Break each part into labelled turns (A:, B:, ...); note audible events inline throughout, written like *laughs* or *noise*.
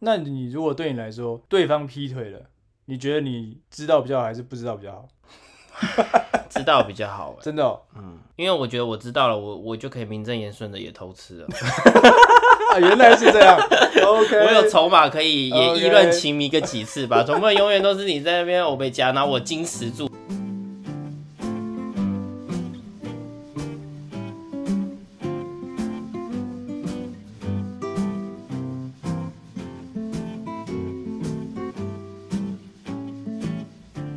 A: 那你如果对你来说，对方劈腿了，你觉得你知道比较好还是不知道比较好？
B: 知道比较好玩，欸
A: 真的、哦 *laughs*
B: 因为我觉得我知道了，我我就可以名正言顺的也偷吃了，
A: 啊，原来是
B: *laughs*
A: 这样。OK，
B: 我有筹码可以也
A: OK
B: 意乱情迷个几次吧，总不能永远都是你在那边欧贝加，然后我矜持住。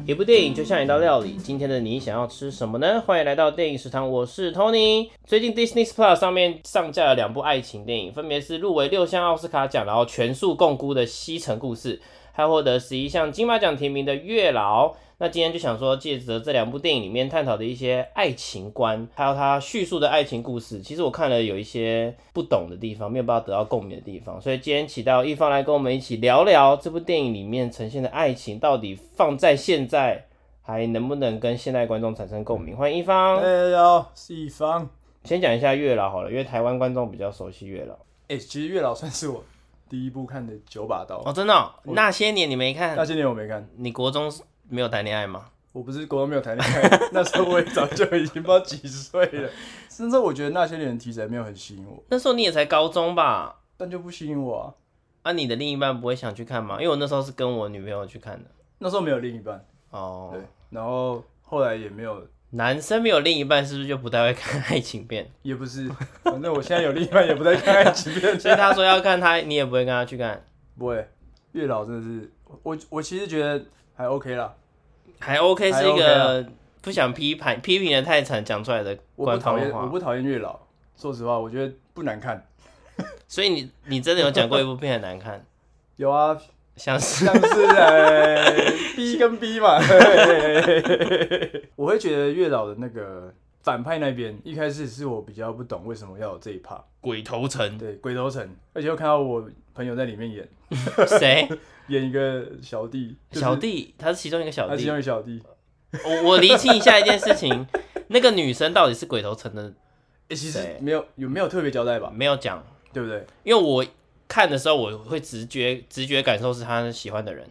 B: 一部电影就像一道料理，今天的你想要吃什么呢？欢迎来到电影食堂，我是 Tony。最近 Disney Plus 上面上架了两部爱情电影，分别是入围六项奥斯卡奖，然后全数共估的《西城故事》，还获得十一项金马奖提名的《月老》。那今天就想说，借着这两部电影里面探讨的一些爱情观，还有它叙述的爱情故事，其实我看了有一些不懂的地方，没有办法得到共鸣的地方，所以今天请到一方来跟我们一起聊聊这部电影里面呈现的爱情到底放在现在还能不能跟现代观众产生共鸣。欢迎一
A: 哎
B: 方，
A: 大家好，是一方。
B: 先讲一下月老好了，因为台湾观众比较熟悉月老。
A: 哎、其实月老算是我第一部看的九把刀，
B: 哦，真的、那些年你没
A: 那
B: 看，
A: 些年我没看，
B: 你国中没有谈恋爱吗？
A: 我不是国中没有谈恋
B: *laughs*
A: 爱，那时候我也早就已经不知道几岁了。甚至我觉得那些年的题材没有很吸引我，
B: 那时候你也才高中吧？
A: 但就不吸引我啊。
B: 啊，你的另一半不会想去看吗？因为我那时候是跟我女朋友去看的。
A: 那时候没有另一半，
B: 哦
A: 对，，然后后来也没有，
B: 男生没有另一半，是不是就不太会看爱情片？
A: 也不是，反正我现在有另一半，也不太看爱情片。
B: 所以他说要看他，你也不会跟他去看，
A: 不会，月老真的是我，我其实觉得还 OK 啦，
B: 还 OK
A: 还
B: 是一
A: OK 啊
B: 个不想批判、批评的太惨讲出来的
A: 我不
B: 官
A: 讨
B: 方
A: 厌，我
B: 话。
A: 不讨厌月老。说实话，我觉得不难看。
B: 所以你你真的有讲过一部片很难看，
A: 有啊，
B: 像是
A: 像是 *laughs* 呃 B 跟 B 嘛，嘿嘿嘿嘿嘿嘿我会觉得月老的那个反派那边一开始是我比较不懂为什么要有这一趴，
B: 《鬼头城
A: 对鬼头城，而且又看到我朋友在里面演》
B: 谁
A: 演一个小弟， *laughs* 就是
B: 小弟，呃他是其中一个小
A: 他其
B: 弟
A: 中。一个小弟，
B: 我我厘清一下一件事情，那个女生到底是鬼头城的，
A: 哎、其
B: 谁
A: 实没有有没有特别交代吧，
B: 没有讲，
A: 对不对？
B: 因为我看的时候我会直觉直觉感受是他喜欢的人，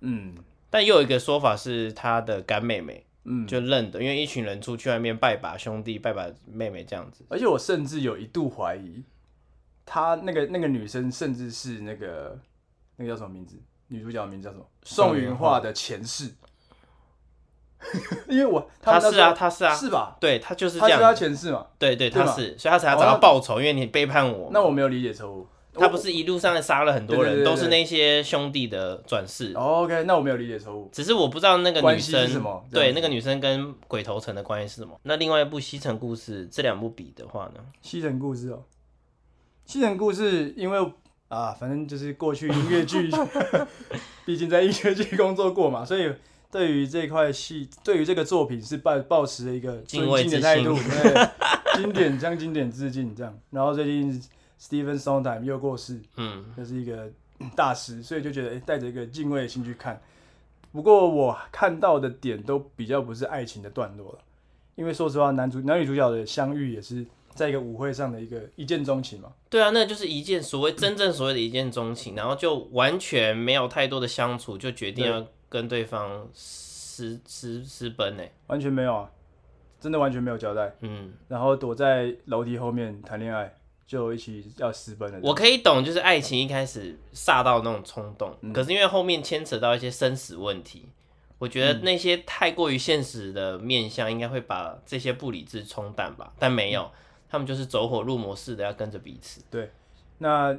A: 嗯
B: 但又有一个说法是他的干妹妹。
A: 嗯，
B: 就认得，因为一群人出去外面拜把兄弟、拜把妹妹这样子。
A: 而且我甚至有一度怀疑，她那个那个女生甚至是那个那个叫什么名字？女主角的名字叫什么？
B: 宋
A: 宋
B: 芸
A: 云
B: 桦
A: 画的前世。 *laughs* 因为我
B: 他
A: 们那
B: 是
A: 时候
B: 啊，他是啊，
A: 是吧？
B: 对他就是
A: 她
B: 这
A: 是她
B: 样，
A: 前世嘛？
B: 对对，
A: 对
B: 他
A: 嘛
B: 是，所以他才要找
A: 哦
B: 他
A: 那
B: 报仇，因为你背叛我。
A: 那我没有理解错误。
B: 他不是一路上杀了很多
A: 对对
B: 人，
A: 对对
B: 都是那些兄弟的转世。
A: 哦 OK，那我没有理解错误。
B: 只是我不知道那个女
A: 关系是什
B: 生
A: 么，这
B: 对
A: 样子
B: 那个女生跟鬼头城的关系是什么？那另外一部《西城故事》这两部比的话呢？
A: 西城故事哦，西城故事，因为啊，反正就是过去音乐剧， *laughs* 毕竟在音乐剧工作过嘛，所以对于这块戏，对于这个作品是抱抱持了一个
B: 敬
A: 尊
B: 畏
A: 敬
B: 之
A: 的
B: *laughs*
A: 态度，对，经典向经典致敬这样。然后最近 Steven Sondheim 又过世，
B: 嗯，
A: 这是一个嗯大师，所以就觉得哎，诶带着一个敬畏的心去看。不过我看到的点都比较不是爱情的段落了，因为说实话，男主男女主角的相遇也是在一个舞会上的一个一见钟情嘛。
B: 对啊，那就是一见所谓真正所谓的一见钟情，然后就完全没有太多的相处，就决定
A: 对
B: 要跟对方私私私奔呢、
A: 完全没有啊，真的完全没有交代。
B: 嗯，
A: 然后躲在楼梯后面谈恋爱，就一起要私奔了。
B: 我可以懂，就是爱情一开始煞到那种冲动，
A: 嗯
B: 可是因为后面牵扯到一些生死问题，我觉
A: 嗯
B: 得那些太过于现实的面相，应该会把这些不理智冲淡吧，但
A: 嗯
B: 没有，他们就是走火入魔似的要跟着彼此。
A: 那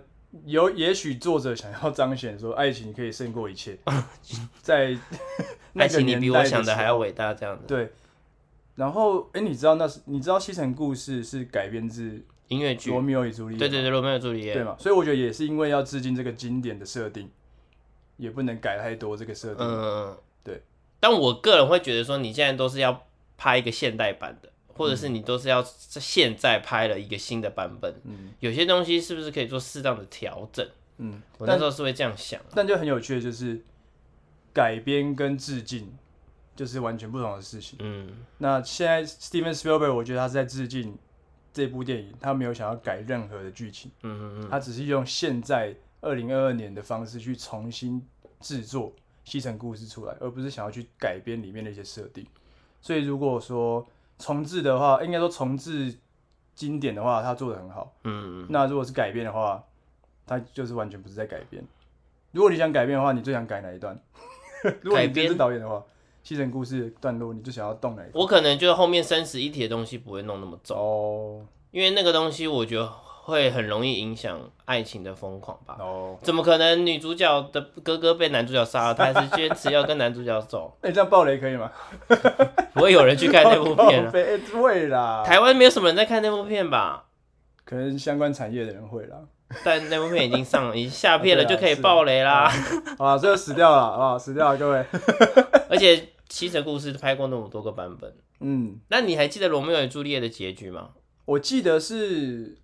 A: 有也许作者想要彰显说，爱情可以胜过一
B: *laughs*
A: 切，在那
B: 爱
A: 个
B: 情你
A: 年代
B: 比我
A: 时候
B: 想的还要伟大，这样子。
A: 对，然后哎、诶你知道那是你知道《西城故事》是改编自
B: 音乐
A: 罗
B: 剧，
A: 密欧与朱丽叶，
B: 对对对，罗密欧与朱丽叶
A: 对，嘛？所以我觉得也是因为要致敬这个经典的设定，也不能改太多这个设定。
B: 嗯，
A: 呃对。
B: 但我个人会觉得说，你现在都是要拍一个现代版的，或者是你都是要现在拍了一个新的版本，
A: 嗯
B: 有些东西是不是可以做适当的调整？
A: 嗯，
B: 我那
A: 但
B: 时候是会这样想。
A: 但就很有趣的就是改编跟致敬就是完全不同的事情。
B: 嗯，
A: 那现在 Steven Spielberg 我觉得他是在致敬这部电影，他没有想要改任何的剧情，
B: 嗯嗯嗯，
A: 他只是用现在二零二二年的方式去重新制作西城故事出来，而不是想要去改编里面的一些设定。所以如果说重置的话，应该说重置经典的话，它做的很好。
B: 嗯，
A: 那如果是改编的话，它就是完全不是在改编。如果你想改编的话，你最想改哪一段？ *laughs* 如果你真是导演的话，西城故事段落，你最想要动哪一段？
B: 我可能就后面生死一体的东西不会弄那么重，
A: 哦
B: 因为那个东西我觉得会很容易影响爱情的疯狂吧。
A: 哦，
B: 怎么可能女主角的哥哥被男主角杀了，她还是坚持要跟男主角走？
A: 那、你哎这样爆雷可以吗？
B: 不会有人去看那部片
A: *laughs* 靠
B: 啊？
A: 背哎对啦，
B: 台湾没有什么人在看那部片吧？
A: 可能相关产业的人会啦。
B: 但那部片已经上了，已经下片
A: *laughs*
B: 了，
A: 啊对
B: 就
A: 啊
B: 可以爆雷啦。
A: 好啦，这个死掉了，好不好？死掉了，各位。
B: *laughs* 而且《七城故事》拍过那么多个版本，
A: 嗯，
B: 那你还记得《罗密欧与朱丽叶》的结局吗？
A: 我记得是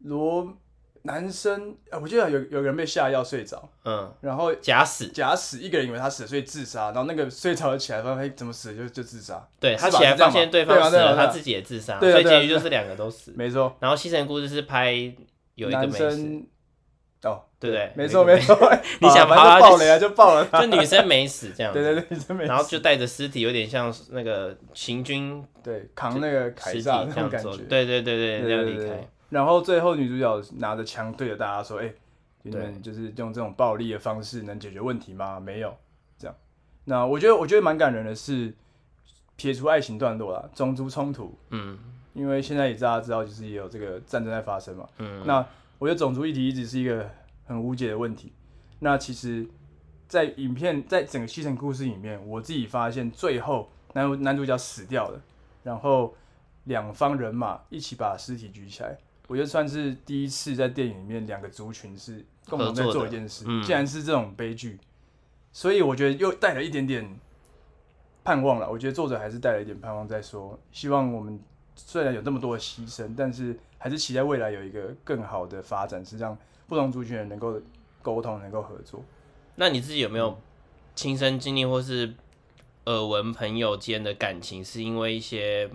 A: 罗男生，啊、我记得有有人被下药睡着，
B: 嗯，
A: 然后
B: 假死，
A: 假死一个人以为他死了，所以自杀，然后那个睡着了起来，发现哎怎么死了就就自杀，
B: 对他
A: 是吧
B: 起来
A: 是这样
B: 发
A: 吧
B: 现对方死
A: 对啊对啊
B: 了，
A: 对啊
B: 他自己也自杀，
A: 对啊
B: 所以
A: 对啊
B: 结局就是两个都死。
A: 没错，
B: 然后《西城故事》是拍有一个
A: 男
B: 没死，
A: 生哦，
B: 对不对？
A: 没错
B: 有
A: 没
B: 一个
A: 错，
B: *laughs*
A: *laughs*
B: 你想
A: 把
B: 把他
A: 就爆雷啊，就爆
B: *laughs*
A: 了，
B: 就女生没死这样子。
A: 对对对， *laughs* 真没
B: 然后就带着尸体，有点像那个行军
A: 对扛那个
B: 尸
A: 凯
B: 体
A: 撒
B: 这
A: 那种
B: 样
A: 感
B: 走。
A: 觉，
B: 对对对对，要离开。。
A: 然后最后女主角拿着枪对着大家说：“哎、你们就是用这种暴力的方式能解决问题吗？没有。”这样。那我觉得我觉得蛮感人的是，撇除爱情段落啦，种族冲突，
B: 嗯
A: 因为现在也大家知道，就是也有这个战争在发生嘛。
B: 嗯，
A: 那我觉得种族议题一直是一个很无解的问题。那其实，在影片在整个西城故事里面，我自己发现最后男主男主角死掉了，然后两方人马一起把尸体举起来，我觉得算是第一次在电影里面两个族群是共同在
B: 合作
A: 做
B: 的
A: 一件事，
B: 嗯
A: 竟然是这种悲剧，所以我觉得又带了一点点盼望了。我觉得作者还是带了一点盼望，在说希望我们虽然有这么多的牺牲，但是还是期待未来有一个更好的发展，是让不同族群的人能够沟通、能够合作。
B: 那你自己有没有亲身经历或是耳闻朋友间的感情是因为一些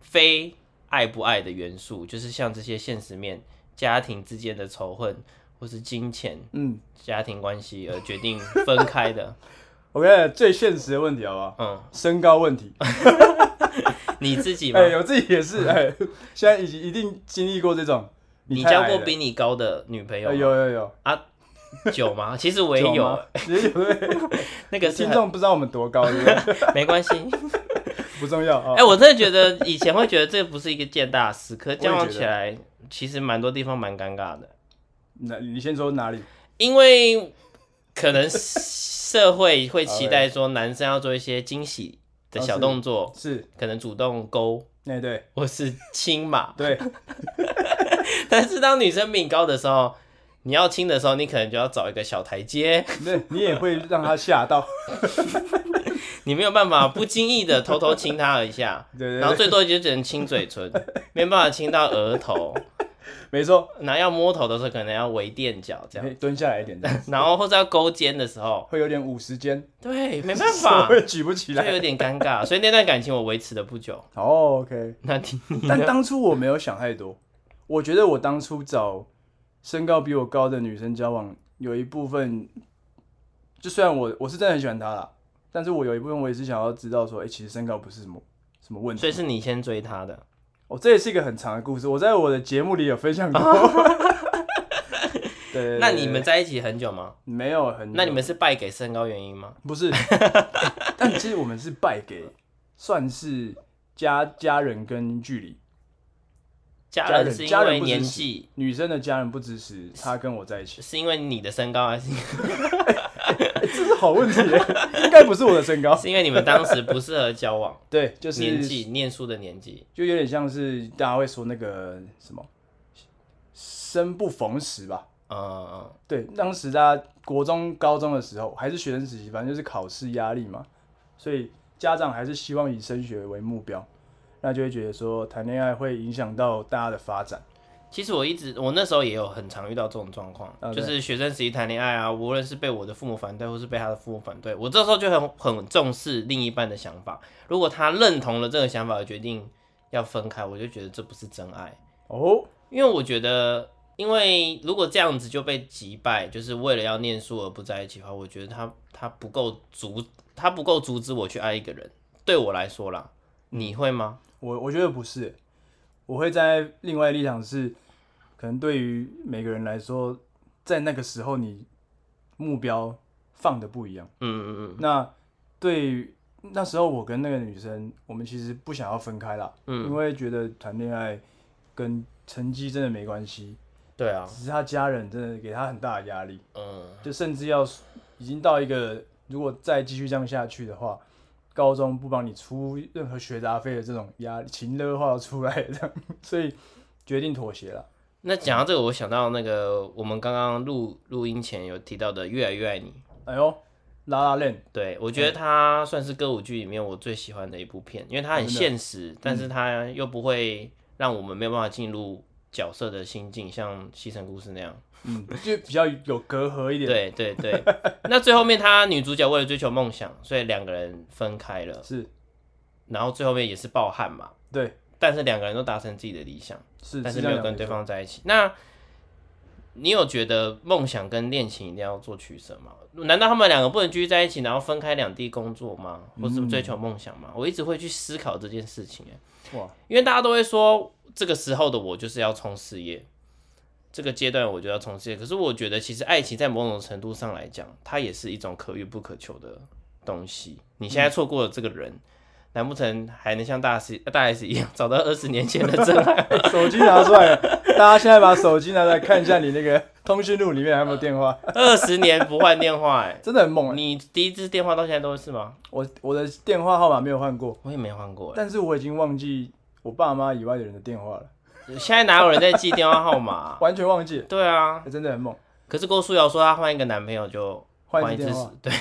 B: 非爱不爱的元素，就是像这些现实面、家庭之间的仇恨，或是金钱、
A: 嗯
B: 家庭关系而决定分
A: *laughs*
B: 开的？
A: ，OK，最现实的问题好不好？
B: 嗯，
A: 身高问题，
B: 你自己吗
A: 哎、？我自己也是，哎、现在已经一定经历过这种。
B: 你
A: 太
B: 交
A: 矮
B: 过
A: 了
B: 比你高的女朋友
A: 呃
B: 吗
A: 有有有，
B: 有吗？其实我也
A: 九
B: 有
A: 吗，也有对不对，
B: *laughs* 那个是
A: 听
B: 很
A: 众不知道我们多高，对不对
B: *laughs*
A: *laughs*
B: 没关系。
A: 不重要啊
B: 哎、。我真的觉得以前会觉得这不是一个件大事，可是交
A: 我
B: 往
A: 也觉
B: 起
A: 得
B: 来其实蛮多地方蛮尴尬的，
A: 那你先说哪里？
B: 因为可能社会会期待说男生要做一些惊喜的小动作，
A: 是，
B: 可能主动勾
A: 哎对
B: 或是亲嘛，
A: 对，
B: *laughs* 但是当女生比你高的时候。你要亲的时候，你可能就要找一个小台阶， *laughs*
A: 那你也会让他吓到，
B: 你没有办法不经意的偷偷亲她一下，
A: 对对
B: 然后
A: 对，
B: 最多就只能亲嘴唇，没办法亲到额头。
A: 没错，
B: 然后要摸头的时候，可能要围垫脚这
A: 你可
B: 样，
A: 以蹲下来一点，这样
B: 然后或者要勾肩的时候，
A: 会有点五十
B: *laughs*
A: 肩，
B: 对，没
A: *laughs*
B: 办
A: 手
B: 法，
A: 会举不起
B: 就有
A: 来。
B: 点尴尬。所以那段感情我维持的不久。
A: 哦，OK，
B: 那你
A: 但当初我没有想太多，我觉得我当初找身高比我高的女生交往，有一部分，就虽然我我是真的很喜欢她啦，但是我有一部分我也是想要知道说，哎、其实身高不是什么什么问题
B: 所以。是你先追他的，
A: 哦，这也是一个很长的故事，我在我的节目里有分
B: *laughs*
A: 享过。对对对
B: 那你们在一起很久吗？
A: 没有很久？
B: 那你们是败给身高原因吗？
A: 不
B: *laughs*
A: 是？但其实我们是败给算是家家人跟距离，
B: 家
A: 家
B: 人
A: 人
B: 是因
A: 家人
B: 为
A: 不支
B: 年
A: 持
B: 纪，
A: 女生的家人不支持她跟我在一起， *laughs* 哎
B: 是因为你的身高，还是。
A: 这是好问题耶，应该不是我的身高
B: 是因为你们当时不适合交往？
A: 对， *laughs* 就是
B: 年纪，念书的年纪，
A: 就有点像是大家会说那个什么生不逢时吧。
B: 嗯嗯，嗯
A: 对，当时大家国中、高中的时候还是学生时期，反正就是考试压力嘛，所以家长还是希望以升学为目标，那就会觉得说谈恋爱会影响到大家的发展。
B: 其实我一直，我那时候也有很常遇到这种状况，
A: 啊对
B: 就是学生时期谈恋爱啊，无论是被我的父母反对，或是被他的父母反对，我这时候就很很重视另一半的想法。如果他认同了这个想法而决定要分开，我就觉得这不是真爱，
A: 哦，
B: 因为我觉得因为如果这样子就被击败，就是为了要念书而不在一起的话，我觉得他他不够阻，他不够阻止我去爱一个人。对我来说啦，你会吗？
A: 我我觉得不是欸，我会在另外立场是，可能对于每个人来说，在那个时候你目标放的不一样。
B: 嗯嗯
A: 那对于那时候我跟那个女生，我们其实不想要分开啦，
B: 嗯
A: 因为觉得谈恋爱跟成绩真的没关系，
B: 嗯，对啊，
A: 只是他家人真的给他很大的压力，
B: 嗯
A: 就甚至要已经到一个如果再继续这样下去的话。高中不帮你出任何学杂费的这种压力，情勒话出来的，所以决定妥协了。
B: 那讲到这个，我想到那个我们刚刚录录音前有提到的《越来越爱你》，
A: 哎呦，拉拉链，
B: 对我觉得它算是歌舞剧里面我最喜欢的一部片，因为它很现实，但是它又不会让我们没有办法进入角色的心境，像《西城故事》那样。
A: 嗯，就比较有隔阂一点。
B: 对对对。 *laughs* 那最后面，她女主角为了追求梦想，所以两个人分开了，
A: 是，
B: 然后最后面也是抱憾嘛，
A: 对，
B: 但是两个人都达成自己的理想。
A: 是，
B: 但是
A: 是这
B: 没
A: 样
B: 有跟
A: 讲
B: 对
A: 没错
B: 方在一起。那你有觉得梦想跟恋情一定要做取舍吗？难道他们两个不能继续在一起，然后分开两地工作吗？或
A: 嗯
B: 是追求梦想吗？我一直会去思考这件事情、欸，
A: 哇，
B: 因为大家都会说，这个时候的我就是要冲事业，这个阶段我就要冲事业。可是我觉得，其实爱情在某种程度上来讲，它也是一种可遇不可求的东西。你
A: 嗯
B: 现在错过了这个人。难不成还能像大 S 大 S 一样找到二十年前的真爱？
A: *laughs* 手机拿出来了，大家现在把手机拿出来看一下你那个通讯录里面还有没有电话，
B: 二十年不换电话、哎，
A: 真的很猛欸、
B: 你第一支电话到现在都是吗？
A: 我我的电话号码没有换过，
B: 我也没换过、哎
A: 但是我已经忘记我爸妈以外的人的电话了，
B: 现在哪有人在记电话号码、啊
A: 完全忘记了，
B: 对啊，
A: 欸真的很猛。
B: 可是郭书瑶说她换一个男朋友就
A: 换一
B: 一
A: 支
B: 支
A: 电话，
B: 对，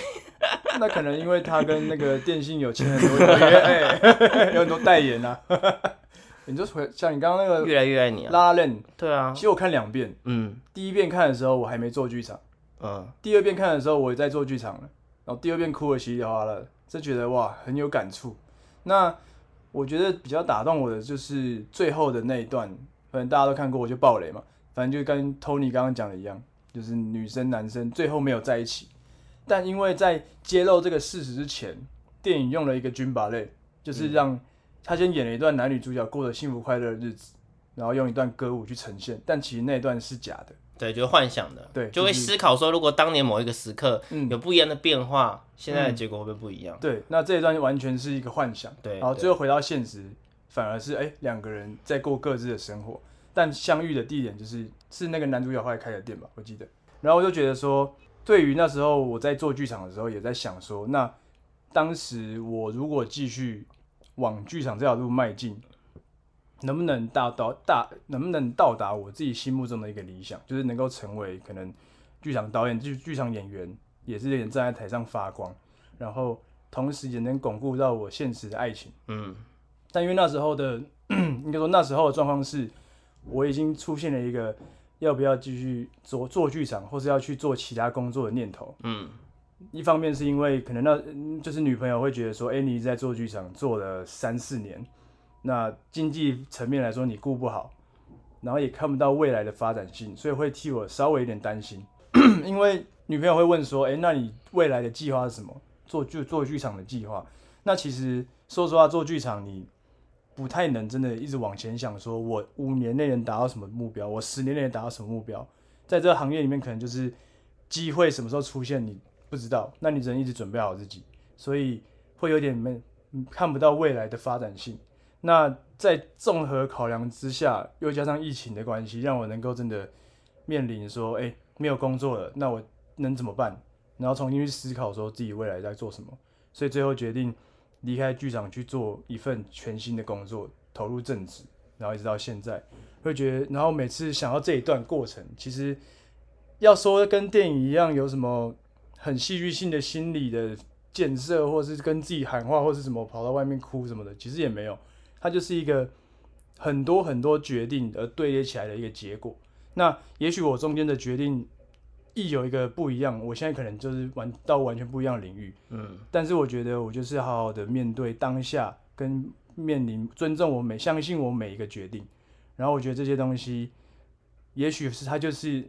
A: 那可能因为他跟那个电信有签很多合约，哎，有很多代言啊。 *laughs* 你就回像你刚刚那个
B: 越来越爱你啊。
A: 拉链，
B: 对啊
A: 其，实我看两遍，
B: 嗯
A: 第一遍看的时候我还没做剧场，
B: 嗯，
A: 第二遍看的时候，我也在做剧场了，然后第二遍哭的稀里哗啦的，就觉得哇很有感触。那我觉得比较打动我的就是最后的那一段，可能大家都看过，我就爆雷嘛。反正就跟 Tony 刚刚讲的一样，就是女生男生最后没有在一起，但因为在揭露这个事实之前，电影用了一个军拔类，就是让他先演了一段男女主角过着幸福快乐的日子，然后用一段歌舞去呈现，但其实那一段是假的。
B: 对，就是幻想的，
A: 对
B: 就会
A: 就是
B: 思考说，如果当年某一个时刻
A: 嗯
B: 有不一样的变化，现在的结果会不会不一样？
A: 对，那这一段完全是一个幻想。
B: 对
A: 然后
B: 对
A: 最后回到现实，反而是哎两、个人在过各自的生活，但相遇的地点就是是那个男主角后来开的店吧，我记得。然后我就觉得说，对于那时候我在做剧场的时候，也在想说，那当时我如果继续往剧场这条路迈进，能不能达到大能不能到达我自己心目中的一个理想，就是能够成为可能剧场导演、剧剧场演员，也是有点站在台上发光，然后同时也能巩固到我现实的爱情。
B: 嗯
A: 但因为那时候的， *clears throat* 应该说那时候的状况是，我已经出现了一个要不要继续做做剧场，或是要去做其他工作的念头。
B: 嗯
A: 一方面是因为可能那嗯就是女朋友会觉得说，哎、你一直在做剧场做了三四年，那经济层面来说你顾不好，然后也看不到未来的发展性，所以会替我稍微有点担心， *clears throat* 因为女朋友会问说，哎、那你未来的计划是什么？做剧做剧场的计划？那其实说实话，做剧场你不太能真的一直往前想，说我五年内能达到什么目标，我十年内能达到什么目标，在这个行业里面可能就是机会什么时候出现你不知道，那你只能一直准备好自己，所以会有点没嗯看不到未来的发展性。那在综合考量之下，又加上疫情的关系，让我能够真的面临说，哎、没有工作了，那我能怎么办？然后重新去思考说自己未来在做什么，所以最后决定离开剧场去做一份全新的工作，投入正职，然后一直到现在，会觉得，然后每次想到这一段过程，其实要说跟电影一样有什么很戏剧性的心理的建设，或是跟自己喊话，或是什么跑到外面哭什么的，其实也没有，它就是一个很多很多决定而堆叠起来的一个结果。那也许我中间的决定一有一个不一样，我现在可能就是完到完全不一样的领域，
B: 嗯，
A: 但是我觉得我就是好好的面对当下，跟面临尊重我每相信我每一个决定，然后我觉得这些东西也许是他就是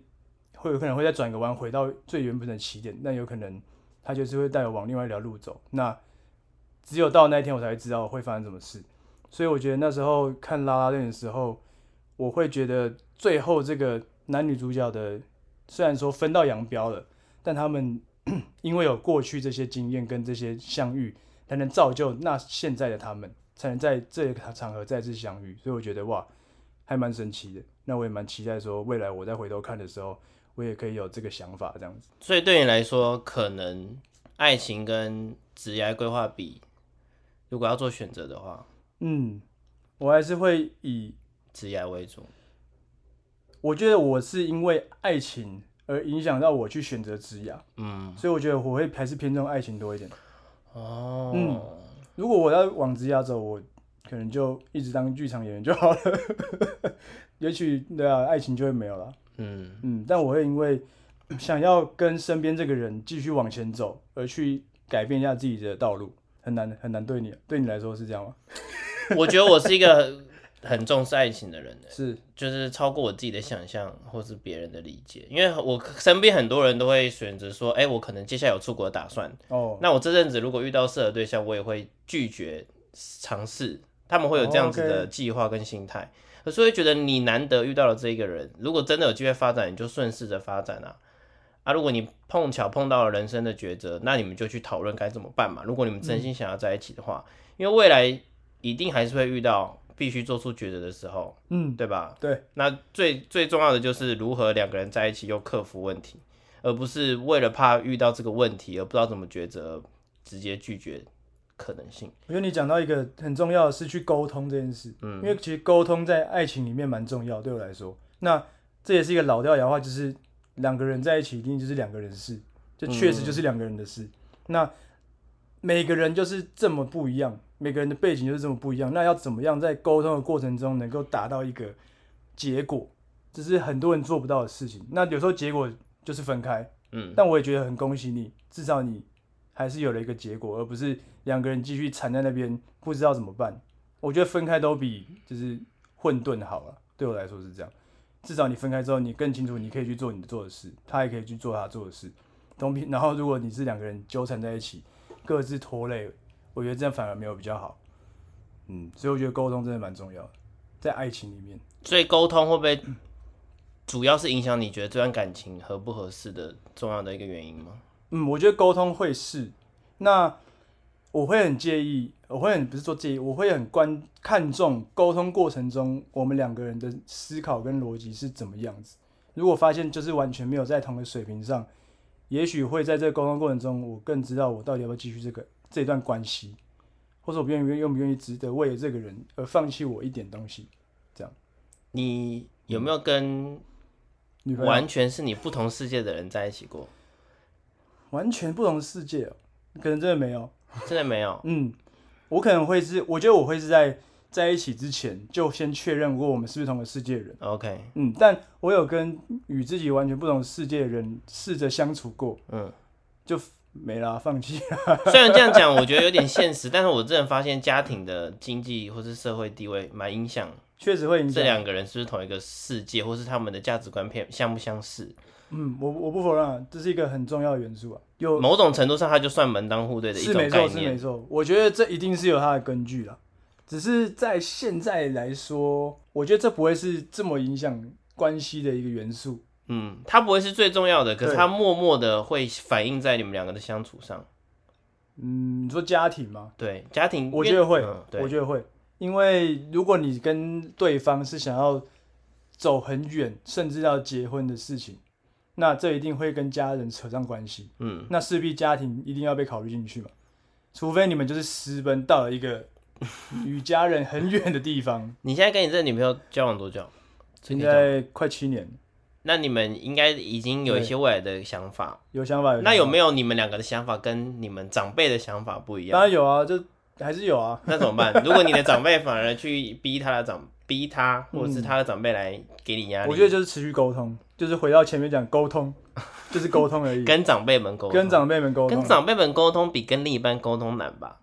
A: 会有可能会再转个弯回到最原本的起点，但有可能他就是会带我往另外一条路走。那只有到那一天我才会知道会发生什么事。所以我觉得那时候看拉拉链的时候，我会觉得最后这个男女主角的虽然说分道扬镳了，但他们 *clears throat* 因为有过去这些经验跟这些相遇，才能造就那现在的他们，才能在这个场合再次相遇。所以我觉得哇，还蛮神奇的。那我也蛮期待说未来我再回头看的时候，我也可以有这个想法这样子。
B: 所以对你来说，可能爱情跟职业规划比，如果要做选择的话，
A: 嗯，我还是会以
B: 职业为主。
A: 我觉得我是因为爱情而影响到我去选择职涯，
B: 嗯，
A: 所以我觉得我会还是偏重爱情多一点。
B: 哦，
A: 如果我要往职涯走，我可能就一直当剧场演员就好了。 *laughs* 也许对啊，爱情就会没有了。
B: 嗯，
A: 嗯，但我会因为想要跟身边这个人继续往前走，而去改变一下自己的道路，很难很难对你对你来说是这样吗？
B: *laughs* 我觉得我是一个很很重视爱情的人，
A: 是，
B: 就是超过我自己的想象或是别人的理解，因为我身边很多人都会选择说，哎、我可能接下来有出国的打算，
A: 哦，
B: 那我这阵子如果遇到适合对象，我也会拒绝尝试。他们会有这样子
A: 哦
B: 的
A: ，OK
B: 计划跟心态，所以觉得你难得遇到了这一个人，如果真的有机会发展，你就顺势着发展啊。啊，如果你碰巧碰到了人生的抉择，那你们就去讨论该怎么办嘛。如果你们真
A: 嗯
B: 心想要在一起的话，因为未来一定还是会遇到必须做出抉择的时候，
A: 嗯，
B: 对吧？
A: 对，
B: 那最最重要的就是如何两个人在一起又克服问题，而不是为了怕遇到这个问题而不知道怎么抉择，直接拒绝可能性。
A: 我觉得你讲到一个很重要的是去沟通这件事，嗯，因为其实沟通在爱情里面蛮重要，对我来说，那这也是一个老掉牙话，就是两个人在一起一定就是两个人的事，这确实就是两个人的事。那每个人就是这么不一样，每个人的背景就是这么不一样，那要怎么样在沟通的过程中能够达到一个结果，这是很多人做不到的事情。那有时候结果就是分开，
B: 嗯，
A: 但我也觉得很恭喜你，至少你还是有了一个结果，而不是两个人继续缠在那边不知道怎么办。我觉得分开都比就是混沌好了，对我来说是这样。至少你分开之后，你更清楚你可以去做你的做的事，他也可以去做他做的事。同频，然后如果你是两个人纠缠在一起，各自拖累，我觉得这样反而没有比较好。嗯，所以我觉得沟通真的蛮重要的，在爱情里面。
B: 所以沟通会不会主要是影响你觉得这段感情合不合适的重要的一个原因吗？
A: 嗯，我觉得沟通会是，那我会很介意，我会很不是说介意，我会很关看重沟通过程中我们两个人的思考跟逻辑是怎么样子。如果发现就是完全没有在同一个水平上，也许会在这个沟通过程中，我更知道我到底要不要继续这个这段关系，或者我愿不愿意愿不愿意值得为了这个人而放弃我一点东西。
B: 你有没有跟
A: 嗯女朋友
B: 完全是你不同世界的人在一起过？
A: 完全不同世界、哦，可能真的没有。
B: 真的没有。
A: 嗯，我可能会是，我觉得我会是在在一起之前就先确认过我们是不是同个世界的人。
B: OK，
A: 嗯，但我有跟与自己完全不同世界的人试着相处过，
B: 嗯，
A: 就没啦，放弃 *laughs* 了。
B: 虽然这样讲，我觉得有点现实，但是我真的发现家庭的经济或是社会地位蛮影响
A: 确实会影
B: 这
A: 响。
B: 两个人是不是同一个世界，或是他们的价值观偏相不相似？
A: 嗯，我我不否认、啊，这是一个很重要的元素啊。有
B: 某种程度上，它就算门当户对的嗯一
A: 是
B: 种
A: 没
B: 概
A: 错，是没
B: 念。
A: 错。我觉得这一定是有它的根据啦，只是在现在来说，我觉得这不会是这么影响关系的一个元素。
B: 嗯，它不会是最重要的，可是
A: 对
B: 它默默的会反映在你们两个的相处上。
A: 嗯，你说家庭吗？
B: 对，家庭，
A: 我觉得会，
B: 嗯、
A: 我
B: 对，
A: 觉得会，因为如果你跟对方是想要走很远，甚至要结婚的事情，那这一定会跟家人扯上关系，
B: 嗯，
A: 那势必家庭一定要被考虑进去嘛。除非你们就是私奔到了一
B: *laughs*
A: 个与家人很远的地方，
B: 你现在跟你这个女朋友交往多久？这
A: 现
B: 可以讲吗
A: 在快七年，
B: 那你们应该已经有一些未来的想法。
A: 有想法有
B: 那有
A: 想
B: 没有你们两个的想法跟你们长辈的想法不一
A: 法
B: 样
A: 当？然有啊，这还是有啊。
B: 那怎么办？如果你的长辈反而去逼他的长，逼他，或者是他的长辈来给你压力，
A: 嗯我觉得就是持续沟通，就是回到前面讲沟通，就是沟通而已，
B: 跟长辈们沟通，
A: 跟长辈们沟
B: 跟
A: 通。啊
B: 长辈们沟通比跟另一半沟通难吧？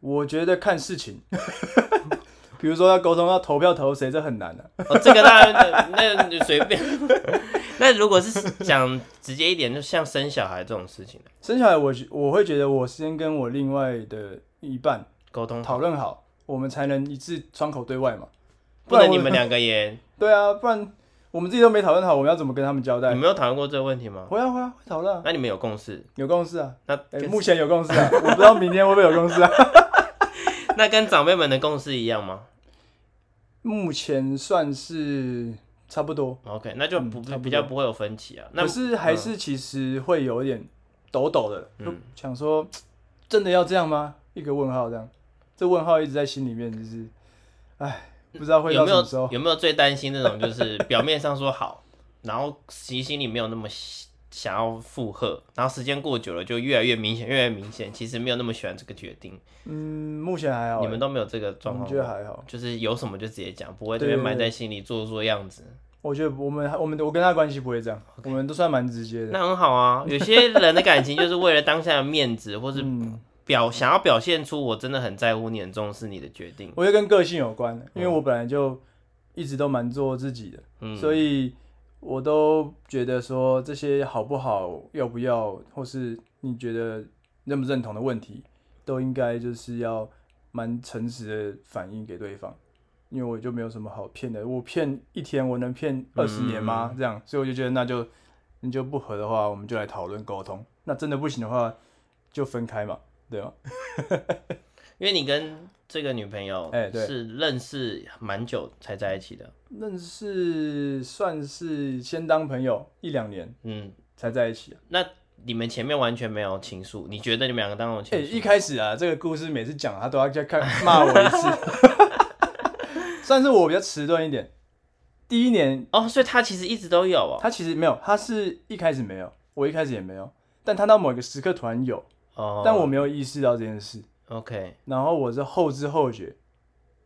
A: 我觉得看事情， *laughs* 比如说要沟通要投票投谁，这很难啊的、
B: 哦，这个当然，那那随便。 *laughs* 那如果是讲直接一点，就像生小孩这种事情，
A: 生下来我我会觉得我先跟我另外的一半
B: 沟通
A: 讨论好，我们才能一致窗口对外嘛。
B: 不
A: 然
B: 能
A: 我
B: 你们两个
A: *laughs*
B: 也，
A: 对啊，不然我们自己都没讨论好，我们要怎么跟他们交
B: 你
A: 代？
B: 没有讨论过这个问题吗？
A: 会啊会啊，会讨论啊，
B: 那你们有共识？
A: 有共识啊。
B: 那
A: 哎、
B: 跟、
A: 目前有共识啊，我不知道明天会不会有共识啊。 *laughs*
B: 那跟长辈们的共识一样吗
A: 目前算是差不多，
B: ？OK，那就不、
A: 嗯差不多
B: 比较不会有分歧啊。那
A: 可是还是其实会有点抖抖的，
B: 嗯
A: 就想说真的要这样吗？一个问号这样，这问号一直在心里面，就是，哎，不知道会
B: 有
A: 到
B: 没
A: 什么时
B: 嗯有
A: 候。
B: 有没有最担心那种，就是 *laughs* 表面上说好，然后其实心里没有那么喜想要附和，然后时间过久了就越来越明显，越来越明显，其实没有那么喜欢这个决定。
A: 嗯，目前还好、
B: 你们都没有这个
A: 我
B: 状
A: 们
B: 况
A: 觉
B: 吗
A: 得，还好。
B: 就是有什么就直接讲，不会这
A: 对
B: 边
A: 对
B: 埋
A: 对
B: 在心里做做样子。
A: 我觉得我们我们我跟他关系不会这样，我们都算蛮直接的。
B: 那很好啊，有些人的感情就是为了当下的面子，或是
A: 嗯，
B: 表想要表现出我真的很在乎你，很重视你的决定。
A: 我觉得跟个性有关，因为我本来就一直都蛮做自己的。
B: 嗯，
A: 所以我都觉得说这些好不好、要不要，或是你觉得认不认同的问题，都应该就是要蛮诚实的反映给对方，因为我就没有什么好骗的，我骗一天我能骗二十年吗？这样，所以我就觉得那就你就不合的话，我们就来讨论沟通，那真的不行的话就分开嘛，对吗？
B: 因为你跟这个女朋友
A: 哎对
B: 是认识蛮久才在一起的，
A: 认识算是先当朋友一两年
B: 嗯，
A: 才在一起啊
B: 那你们前面完全没有情愫，你觉得你们两个当中有
A: 哎、
B: 情愫？
A: 一开始啊，这个故事每次讲他都要再看骂我一次，
B: *laughs*
A: 算是我比较迟钝一点。第一年
B: 哦，所以他其实一直都有哦。
A: 他其实没有，他是一开始没有，我一开始也没有，但他到某个时刻突然有，
B: 哦，
A: 但我没有意识到这件事，
B: OK，
A: 然后我是后知后觉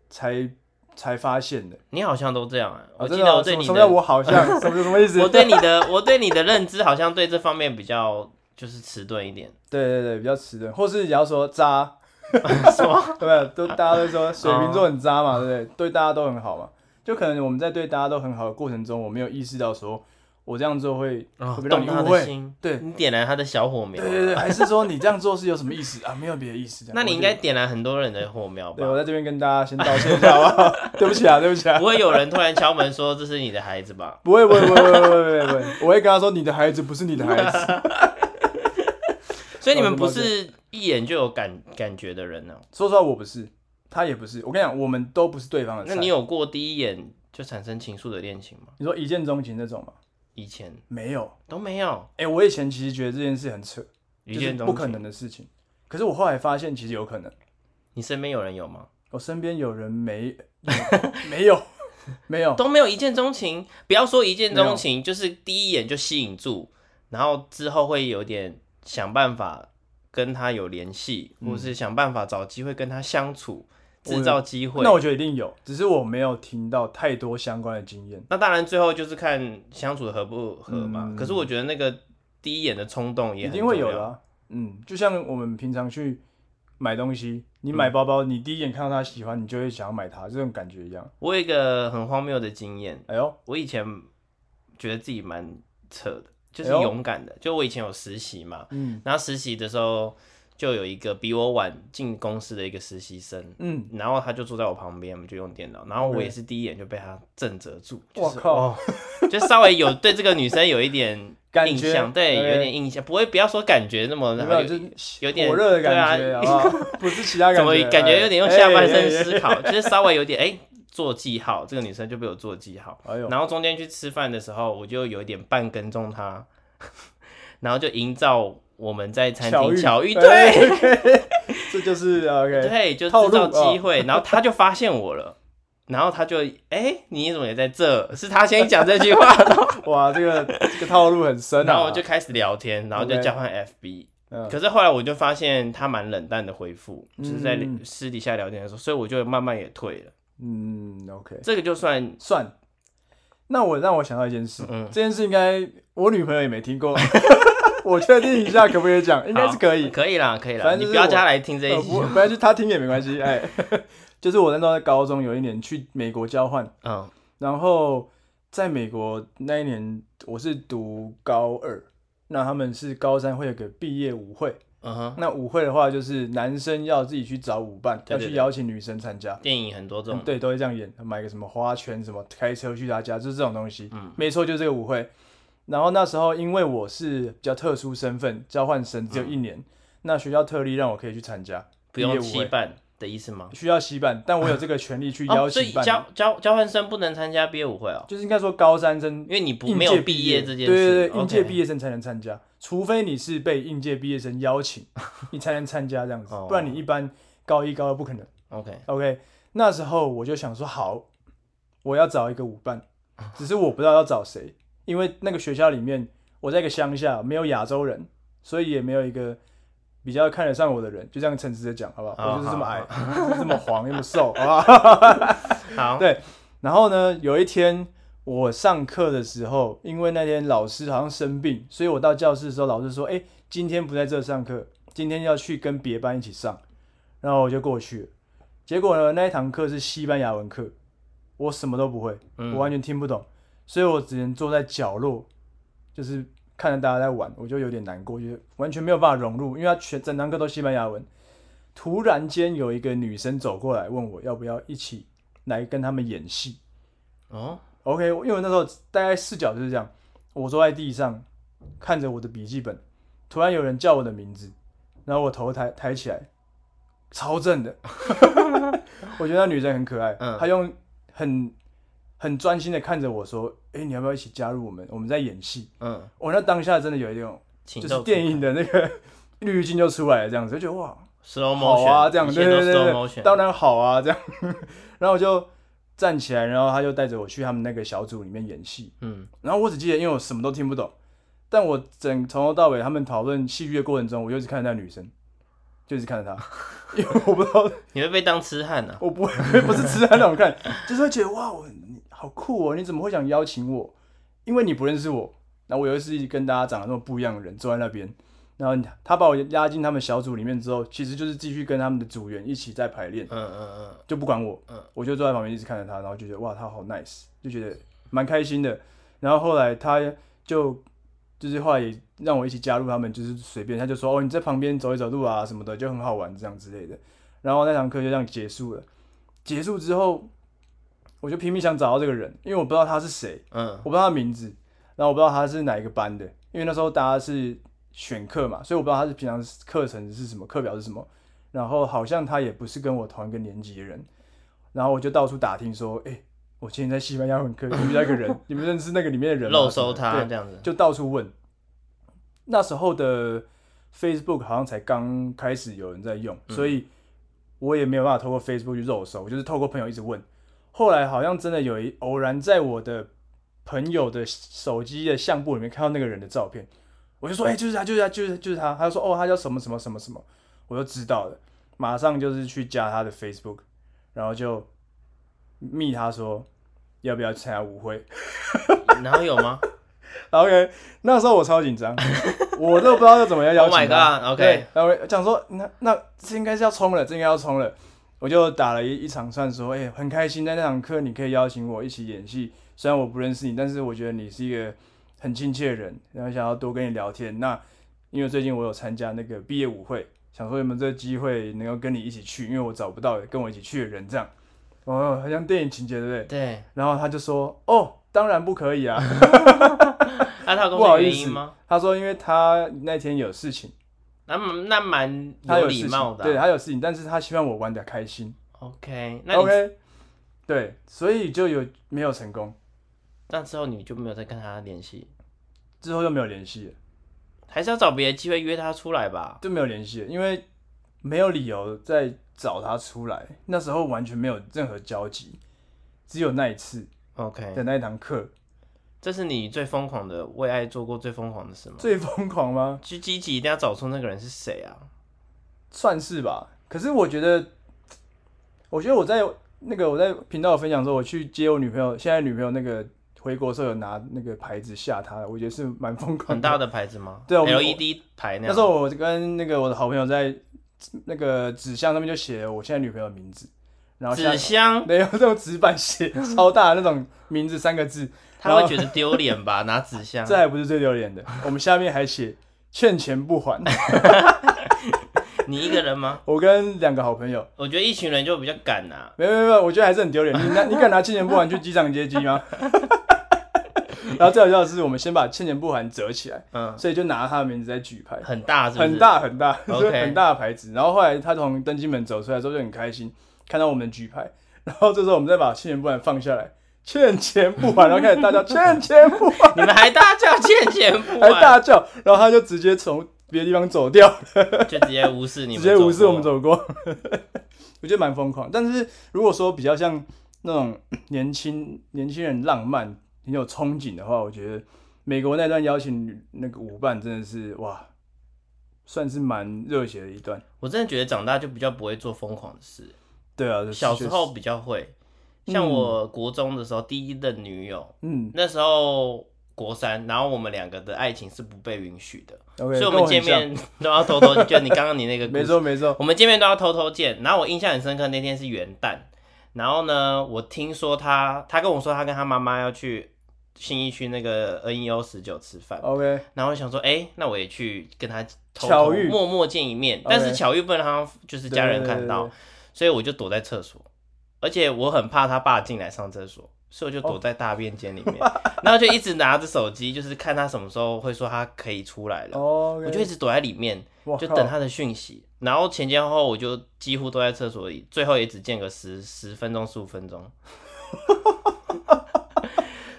A: 才才发现的。
B: 你好像都这样啊。
A: 啊
B: 我记
A: 真的
B: 得
A: 啊
B: 我对
A: 什么
B: 你
A: 什么叫
B: 的，
A: 我好像什么什么意思？
B: *laughs* 我对你的，我对你的认知好像对这方面比较就是迟钝一点。 *laughs*
A: 对对对，比较迟钝，或是你要说渣，
B: 什么？
A: *laughs* 对不对？都大家都说水瓶座很渣嘛，对不
B: 哦
A: 对？对大家都很好嘛。就可能我们在对大家都很好的过程中，我没有意识到说我这样做会、
B: 哦
A: 会不会让
B: 动
A: 你
B: 他
A: 误
B: 的
A: 会。
B: 心，
A: 对
B: 你点燃他的小火苗
A: 对。对对，还是说你这样做是有什么意思啊？没有别的意思。这样
B: 那你
A: 我
B: 应
A: 觉得
B: 该点燃很多人的火苗
A: 对我
B: 吧？
A: 在这边跟大家先道歉一
B: *laughs*
A: 下，好 *laughs* 不好？对不起啊，对不起啊。
B: 不会有人突然敲门说这是你的孩子吧？
A: *laughs* 不会，不会，不会，不会，不会，不会，我会跟他说，你的孩子不是你的孩子。
B: *laughs* 所以你们不是一眼就有感感觉的人呢、啊
A: 说实话，我不是，他也不是。我跟你讲，我们都不是对方的菜。
B: 那你有过第一眼就产生情愫的恋情吗？
A: 你说一见钟情那种吗？
B: 以前
A: 没有。
B: 都没有，
A: 哎、我以前其实觉得这件事很扯，
B: 一
A: 就是
B: 见
A: 不
B: 钟
A: 可
B: 情。
A: 能的事情。可是我后来发现，其实有可能。
B: 你身边有人有吗？
A: 我身边有人
B: *laughs*
A: 没没有没有，
B: 都没有一见钟情，不要说一见钟情，就是第一眼就吸引住，然后之后会有点想办法跟他有联系，或是想办法找机会跟他相处，
A: 嗯我
B: 制造机会。
A: 那我觉得一定有，只是我没有听到太多相关的经验。
B: 那当然，最后就是看相处合不合嘛。
A: 嗯
B: 可是我觉得那个第一眼的冲动也
A: 一
B: 很
A: 定会有
B: 重
A: 的
B: 要
A: 啊、嗯，就像我们平常去买东西，你
B: 嗯
A: 买包包，你第一眼看到它喜欢，你就会想要买它，这种感觉一样。
B: 我有一个很荒谬的经验，
A: 哎呦，
B: 我以前觉得自己蛮扯的，就是
A: 哎呦
B: 勇敢的。就我以前有实习嘛，
A: 嗯
B: 然后实习的时候就有一个比我晚进公司的一个实习生。
A: 嗯，
B: 然后他就坐在我旁边，我们就用电脑。然后我也是第一眼就被他震慑住，就
A: 我
B: 是哦
A: 靠，
B: 就稍微有对这个女生有一点
A: *laughs* 感
B: 印
A: 觉
B: 象，对，
A: 对
B: 有点印象，不会不要说感觉那么，
A: 有
B: 然
A: 没
B: 后
A: 有
B: 有
A: 就是
B: 有点
A: 火热的感
B: 对
A: 觉，
B: 啊
A: 好不好不是其他感
B: *laughs* 怎么
A: 觉，
B: 感觉有点用
A: 哎
B: 下半身。
A: 哎哎
B: 思考，就是稍微有点哎、做记号，这个女生就被我做记号。
A: 哎呦，
B: 然后中间去吃饭的时候，我就有一点半跟踪她， *laughs* 然后就营造我们在餐
A: 巧
B: 厅
A: 遇
B: 巧遇，对
A: 对，这就是 OK，
B: 对，就
A: 套
B: 制
A: 路哦
B: 造机会，然后她就发现我了。然后她就哎，你怎么也在这？是她先讲这
A: *laughs*
B: 句话，
A: 哇，这个这个套路很深啊。
B: 然后我就开始聊天，然后就
A: OK
B: 交换 FB，
A: 嗯
B: 可是后来我就发现他蛮冷淡的回复，就是在
A: 嗯
B: 私底下聊天的时候，所以我就慢慢也退了。
A: 嗯，OK，
B: 这个就算
A: 算。那我让我想到一件事，
B: 嗯
A: 这件事应该我女朋友也没听过， *laughs* 我确定一下可不可以讲，应该是可以。
B: 可以啦，可以啦，
A: 反正
B: 你
A: 就是
B: 不要叫
A: 我
B: 他来听这一
A: 呃
B: 集
A: 不。，不然就他听也没关系。哎， *laughs* 就是我那时候在高中有一年去美国交换，
B: 嗯
A: 然后在美国那一年我是读高二，那他们是高三会有个毕业舞会，
B: 嗯哼，
A: 那舞会的话就是男生要自己去找舞伴，
B: 对对
A: 要去
B: 对
A: 邀请女生参加。嗯
B: 电影很多这种，
A: 对，都会这样演，买个什么花圈，什么开车去他家，就是这种东西。
B: 嗯
A: 没错，就是这个舞会。然后那时候因为我是比较特殊身份，交换生只有一年，那学校特例让我可以去参加，
B: 嗯不
A: 业
B: 用
A: 务
B: 期
A: 会
B: 办的意思吗？
A: 需要洗版，但我有这个权利去邀
B: 哦，所以
A: 请办理，
B: 交交交换生不能参加毕业舞会哦，
A: 就是应该说高三生
B: 因为你不
A: 应
B: 没有
A: 届
B: 毕
A: 业
B: 这件
A: 对
B: 事。
A: 对对，应届毕
B: 业。
A: 业生才能参加，除非你是被应届毕业生邀
B: *laughs*
A: 请，你才能参加这样子
B: 哦，
A: 不然你一般高一高二不可能。
B: OK，
A: OK，那时候我就想说，好，我要找一个舞伴，只是我不知道要找谁，因为那个学校里面，我在一个乡下，没有亚洲人，所以也没有一个比较看得上我的人，就这样诚实的讲，好不好？
B: 哦
A: 我就是这么矮，这么黄，又这么瘦，好不好？
B: 好，
A: 对然后呢，有一天我上课的时候，因为那天老师好像生病，所以我到教室的时候，老师说：“哎、今天不在这上课，今天要去跟别班一起上。”然后我就过去了。结果呢，那一堂课是西班牙文课，我什么都不会，
B: 嗯
A: 我完全听不懂，所以我只能坐在角落，就是看着大家在玩，我就有点难过，就是完全没有办法融入，因为他全整堂课都西班牙文。突然间有一个女生走过来问我要不要一起来跟他们演戏，
B: 哦，
A: OK，因为我那时候大概视角就是这样，我坐在地上看着我的笔记本，突然有人叫我的名字，然后我头抬抬起来，超正的， *laughs* 我觉得那女生很可爱，
B: 嗯
A: 她用很很专心的看着我说：“诶，你要不要一起加入我们？我们在演戏。
B: 嗯，”
A: 我那当下真的有一种
B: 请
A: 就是电影的那个 *laughs* 滤镜就出来了，这样子就觉得哇，
B: slow
A: 好
B: motion，
A: 啊，这样
B: 一
A: 对
B: 切都
A: 对对
B: slow
A: 对，
B: motion，
A: 当然好啊，这样。 *laughs* 然后我就站起来，然后他就带着我去他们那个小组里面演戏。
B: 嗯，
A: 然后我只记得，因为我什么都听不懂，但我整从头到尾他们讨论戏剧的过程中，我就一直看着那女生，就一直看着她，因为我不知道，
B: 你会被当痴汉啊？
A: 我不会不是痴汉那种看， *laughs* 就是会觉得哇，我你好酷哦，你怎么会想邀请我？因为你不认识我，那我又是跟大家长得那么不一样的人，坐在那边。然后他把我拉进他们小组里面之后，其实就是继续跟他们的组员一起在排练。
B: 嗯嗯
A: 就不管我，
B: 嗯
A: 我就坐在旁边一直看着他，然后就觉得哇，他好 nice，就觉得蛮开心的。然后后来他就就是后来也让我一起加入他们，就是随便他就说哦，你在旁边走一走路啊什么的，就很好玩这样之类的。然后那堂课就这样结束了。结束之后，我就拼命想找到这个人，因为我不知道他是谁，
B: 嗯
A: 我不知道他的名字，然后我不知道他是哪一个班的，因为那时候大家是选课嘛，所以我不知道他是平常课程是什么，课表是什么。然后好像他也不是跟我同一个年级的人，然后我就到处打听说，哎、我今天在西班牙文课有遇到一个
B: *laughs*
A: 人，你们认识那个里面的
B: 嗯，
A: 人吗？
B: 漏收
A: 什么
B: 他
A: 的
B: 这样子
A: 对，，就到处问。那时候的 Facebook 好像才刚开始有人在用，所以我也没有办法透过 Facebook 去肉搜，我就是透过朋友一直问。后来好像真的有一偶然在我的朋友的手机的相簿里面看到那个人的照片，我就说：“哎、就是他，就是他，就是他就是他。”他就说：“哦，他叫什么什么什么什么。”我就知道了，马上就是去加他的 Facebook，然后就密他说要不要参加舞会。
B: 然后有吗
A: OK，那时候我超紧张， *laughs* 我都不知道要怎么样邀
B: ？Oh
A: 请
B: my
A: 他。对
B: god，OK，，
A: 然后我讲说，那那这应该是要冲了，这应该要冲了。我就打了一一场算说，哎、很开心在那堂课你可以邀请我一起演戏，虽然我不认识你，但是我觉得你是一个很亲切的人，然后想要多跟你聊天。那因为最近我有参加那个毕业舞会，想说有没有这个机会能够跟你一起去，因为我找不到跟我一起去的人，这样。哦，好像电影情节对不对？
B: 对，
A: 然后他就说，哦，当然不可以啊。
B: 那他有跟
A: 不
B: 我
A: 好
B: 原
A: 意思
B: 因吗？
A: 他说，因为他那天有事情，
B: 那蛮那蛮
A: 他
B: 有
A: 事
B: 礼
A: 情
B: 貌的啊。
A: 对他有事情，但是他希望我玩的开心。
B: OK，那你
A: OK，对，所以就有没有成功，
B: 那之后你就没有再跟他联系，
A: 之后就没有联系了，
B: 还是要找别的机会约他出来吧？
A: 就没有联系了，因为没有理由再找他出来。那时候完全没有任何交集，只有那一次
B: OK，
A: 的那一堂课
B: 这是你最疯狂的为爱做过最疯狂的事吗？
A: 最疯狂吗？
B: 就积极一定要找出那个人是谁啊？
A: 算是吧。可是我觉得，我觉得我在那个我在频道有分享的时候，我去接我女朋友现在女朋友那个回国的时候有拿那个牌子吓他的，我觉得是蛮疯狂
B: 很大的牌子吗？
A: *laughs* 对我们
B: ，LED 牌那
A: 那
B: 样。
A: 时候我跟那个我的好朋友在那个纸箱上面就写了我现在女朋友的名字，然后下
B: 纸箱，
A: 没有这种纸板写
B: *laughs*
A: 超大的那种名字三个字，
B: 他会觉得丢脸
A: *laughs*
B: 吧？拿纸箱
A: 这，还不是最丢脸的，我们下面还写欠钱不还。
B: 你一个人吗？
A: 我跟两个好朋友，
B: 我觉得一群人就比较敢啊。
A: 没有没有没有，我觉得还是很丢脸。你
B: *laughs*
A: 拿你敢拿欠钱不还去机场接机吗？ *laughs* 然后最好笑的是，我们先把欠钱不还折起来，
B: 嗯，
A: 所以就拿他的名字在举牌，
B: 很大是不是？
A: 很。大很大，
B: OK
A: 所以很大的牌子。然后后来他从登机门走出来之后就很开心，看到我们举牌。然后这时候我们再把欠钱不还 *laughs* 放下来，欠钱不还，然后开始大叫 *laughs* 欠钱不还，
B: 你们还大叫欠钱不
A: 还 *laughs*
B: 完，
A: 大叫，然后他就直接从别的地方走掉，
B: 就直接无视
A: *laughs*
B: 你
A: 直
B: 们，啊
A: 接无视我们。走过。 *laughs* 我觉得蛮疯狂，但是如果说比较像那种 *coughs* 年轻年轻人浪漫、很有憧憬的话，我觉得美国那段邀请女那个舞伴真的是哇，算是蛮热血的一段。
B: 我真的觉得长大就比较不会做疯狂的事，
A: 对啊，这
B: 小时候
A: 确实，
B: 比较会。像
A: 嗯
B: 我国中的时候，第一任女友，
A: 嗯
B: 那时候国三，然后我们两个的爱情是不被允许的，
A: ，OK，
B: 所以我
A: 跟
B: 们
A: 我
B: 见
A: 很像，
B: 面 *laughs* 都要偷偷，就你刚刚你那个故事
A: 没错没错，
B: 我们见面都要偷偷见。然后我印象很深刻，那天是元旦，然后呢，我听说他，他跟我说他跟他妈妈要去新一区那个 NEO 十九吃饭，
A: ，OK，
B: 然后我想说，哎、那我也去跟他偷偷
A: 巧遇
B: 默默见一面，但是
A: OK
B: 巧遇不能让他就是家人看到，
A: 对对对对
B: 所以我就躲在厕所，而且我很怕他爸进来上厕所。所以我就
A: 哦
B: 躲在大便间里面 *laughs* 然后就一直拿着手机，就是看他什么时候会说他可以出来了。
A: 哦，
B: 我就一直躲在里面，
A: 我
B: 就
A: 靠
B: 等他的讯息。然后前前后后我就几乎都在厕所里，最后也只见个十十分钟、十五分钟，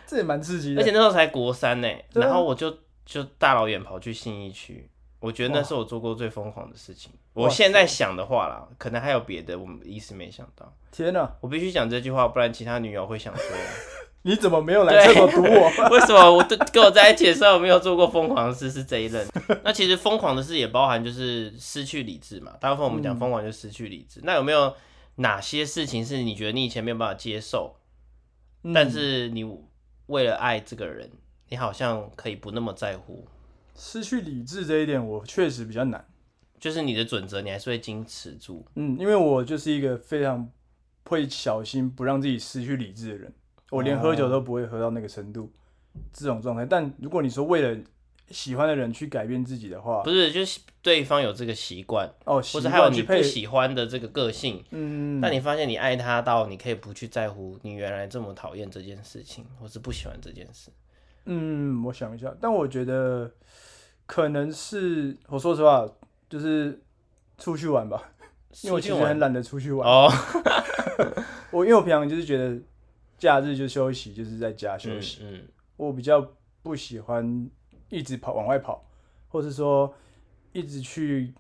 A: 这也蛮刺激的，
B: 而且那时候才国三呢、
A: 对啊
B: 然后我就就大老远跑去信义区，我觉得那是我做过最疯狂的事情。我
A: 哇塞
B: 现在想的话啦，可能还有别的，我们一时没想到。
A: 天哪、
B: 我必须讲这句话，不然其他女友会想说，
A: *laughs* 你怎么没有来厕所堵
B: *laughs*
A: 我？
B: 为什么我对跟我在一起的时候没有做过疯狂的事是这一
A: *laughs*
B: 任？那其实疯狂的事也包含就是失去理智嘛。大部分我们
A: 嗯
B: 讲疯狂就失去理智。那有没有哪些事情是你觉得你以前没有办法接受，
A: 嗯
B: 但是你为了爱这个人，你好像可以不那么在乎？
A: 失去理智这一点，我确实比较难。
B: 就是你的准则，你还是会矜持住。
A: 嗯，因为我就是一个非常会小心不让自己失去理智的人，我连喝
B: 哦
A: 酒都不会喝到那个程度，这种状态。但如果你说为了喜欢的人去改变自己的话
B: 不，是，就是对方有这个习惯，
A: 哦，
B: 或
A: 习
B: 者还有
A: 惯
B: 你
A: 去
B: 不
A: 配，
B: 喜欢的这个个性，
A: 嗯，
B: 但你发现你爱他到你可以不去在乎你原来这么讨厌这件事情，或是不喜欢这件事。
A: 嗯，我想一下，但我觉得可能是我说实话，就是出去玩吧，因为我其实
B: 出去玩
A: 很懒得出去玩。
B: 哦，
A: 我因为我平常就是觉得假日就休息， *laughs* 就是在家休
B: 嗯
A: 息。
B: 嗯，
A: 我比较不喜欢一直跑往外跑，或是说一直去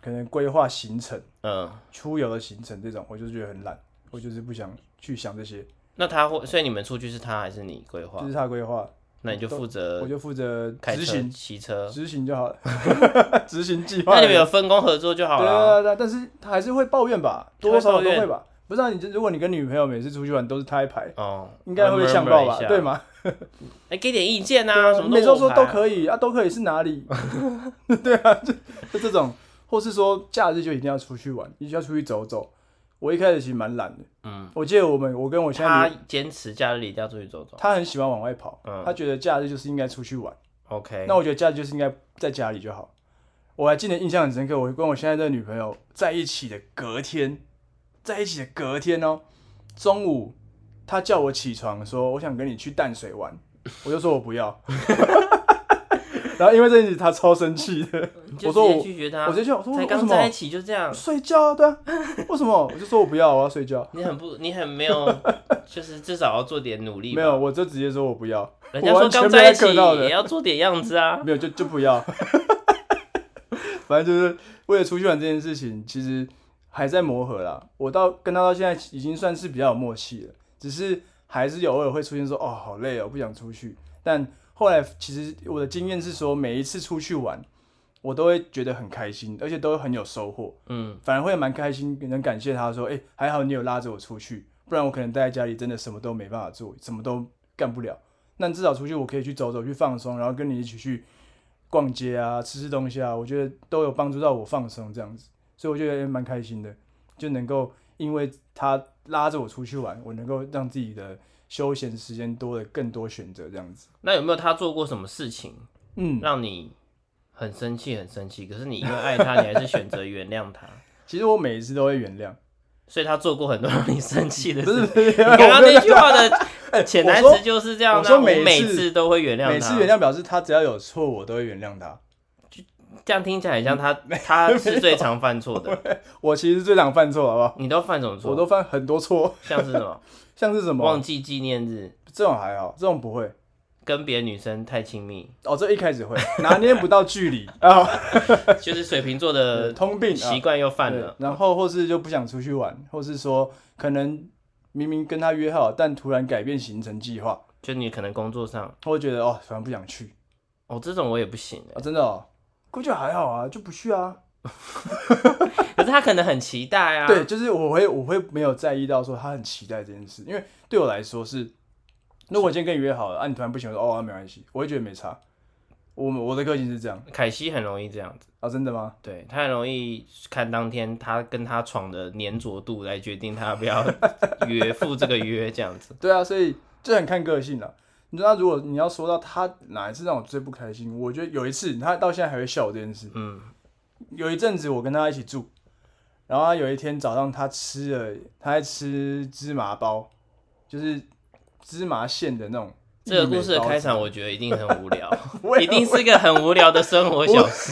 A: 可能规划行程、
B: 嗯，
A: 出游的行程这种，我就觉得很懒，我就是不想去想这些，
B: 那他会，所以你们出去是他还是你规划
A: 这？是他规划，
B: 那你就负责
A: 我就负责
B: 呃开
A: 执
B: 车、
A: 行，
B: 骑车。
A: 执行就好了，
B: *laughs*
A: 执行计划
B: 那
A: 而已。
B: 你们有分工合作就好
A: 对
B: 了。
A: 啊，对啊，但是他还是会抱怨吧，多多少少都
B: 他会
A: 会
B: 抱
A: 吧。不是啊，你这如果你跟女朋友每次出去玩都是他一排，
B: 哦，
A: 应该会被呛爆吧？对
B: 吗？
A: 吗？
B: 哎，给点意见啊，什么
A: 每周说都
B: 以。
A: 可以啊，都可以是哪
B: *laughs*
A: 里？对啊，就就这种，或是说假日就一定要出去玩，一定要出去走走。我一开始其实蛮懒的，
B: 嗯，
A: 我记得我们我跟我现在
B: 他
A: 女
B: 坚持假日一定要出去走走。
A: 他很喜欢往外跑，
B: 嗯
A: 他觉得假日就是应该出去玩。
B: OK，
A: 那我觉得假日就是应该在家里就好。我还记得印象很深刻，我跟我现在的女朋友在一起的隔天，在一起的隔天哦，中午她叫我起床说我想跟你去淡水玩，我就说我不要。 *laughs* 然后因为这件事她超生气的，
B: 你就
A: 我说
B: 直接
A: 我
B: 拒绝他啊
A: 我。直接说我说为
B: 才
A: 什
B: 刚在一
A: 么
B: 起就
A: *laughs*
B: 这样，
A: 睡觉啊？对啊，为什么？我就说我不要，我要睡觉。
B: 你很不，你很没有，就是至少要做点努力
A: 没
B: 吧。
A: 有，我就直接说我不要，
B: 人家
A: 我
B: 说
A: 完全
B: 刚
A: 被
B: 在一
A: 他
B: 起
A: 克到的
B: 也要做点样子
A: *laughs*
B: 啊。
A: 没有就就不要。反正就是为了出去玩这件事情，其实还在磨合啦。我到跟他到现在已经算是比较有默契了，只是还是有偶尔会出现说哦好累哦不想出去。但后来其实我的经验是说，每一次出去玩，我都会觉得很开心，而且都很有收获，
B: 嗯，
A: 反而会蛮开心，能感谢他说，哎、还好你有拉着我出去，不然我可能待在家里真的什么都没办法做，什么都干不了。但至少出去我可以去走走，去放松，然后跟你一起去逛街啊，吃吃东西啊，我觉得都有帮助到我放松这样子，所以我觉得蛮开心的，就能够因为他拉着我出去玩，我能够让自己的休闲时间多了更多选择这样子。
B: 那有没有他做过什么事情
A: 嗯，
B: 让你很生气、很生气？可是你因为爱他，你还是选择原谅他，
A: 其实我每一次都会原谅，
B: 所以他做过很多让你生气的
A: 不是
B: 事。
A: 不是，
B: 你刚刚那句话的
A: 哎
B: 潜
A: 我
B: 台
A: 说
B: 词就是这样
A: 我
B: 啊，
A: 说
B: 我
A: 每
B: 每
A: 次
B: 次都会原谅
A: 每次
B: 他，
A: 原谅表示他只要有错，我都会原谅他。
B: 这样听起来很像他，
A: *laughs*
B: 他是最常犯错的。
A: 我其实最常犯错，好不好？
B: 你都犯什么错？
A: 我都犯很多错， *laughs*
B: 像是什么
A: 像是什
B: 忘
A: 么
B: 记纪念日，
A: 这种还好，这种不会。
B: 跟别的女生太亲
A: *laughs*
B: 密，
A: 哦，这一开始会拿捏不到距
B: *laughs*
A: 离啊，
B: 就是水瓶座的
A: 通病啊
B: 习，惯又犯
A: 对
B: 了。
A: 然后或是就不想出去玩，或是说可能明明跟他约好，但突然改变行程计划，
B: 就你可能工作上，
A: 或觉得哦，反正不想去
B: 哦，这种我也不行欸
A: 啊，真的哦，估计还好啊，就不去啊。
B: 可是他可能很期待啊。
A: 对，，就是我会我会没有在意到说他很期待这件事，因为对我来说是，如果我今天跟你约好了，啊，你突然不行，我说哦、啊没关系，我会觉得没差。我我的个性是这样
B: 凯西很容易这样子，
A: 啊，真的吗？
B: 对他很容易看当天他跟他床的粘着度来决定他要不要约赴这个约这
A: *laughs*
B: 样子。
A: 对啊，所以这很看个性了。你知道，如果你要说到他哪一次让我最不开心，我觉得有一次他到现在还会笑我这件事。
B: 嗯，
A: 有一阵子我跟他一起住，然后他有一天早上他吃了，他在吃芝麻包，就是芝麻馅的那种。
B: 这个故事的开
A: 始。
B: 场我觉得一定很无聊
A: *laughs* 我，也
B: 一定是个很无聊的生活小事。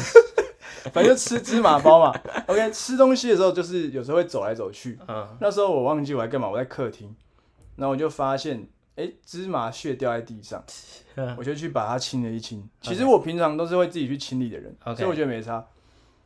A: 反正就吃芝麻包嘛。OK，吃东西的时候就是有时候会走来走去。
B: 嗯，
A: 那时候我忘记我在干嘛，我在客厅，然后我就发现，哎、芝麻屑掉在地上，
B: 嗯
A: 我就去把它清了一清。其实我平常都是会自己去清理的人
B: OK
A: 所以我觉得没差。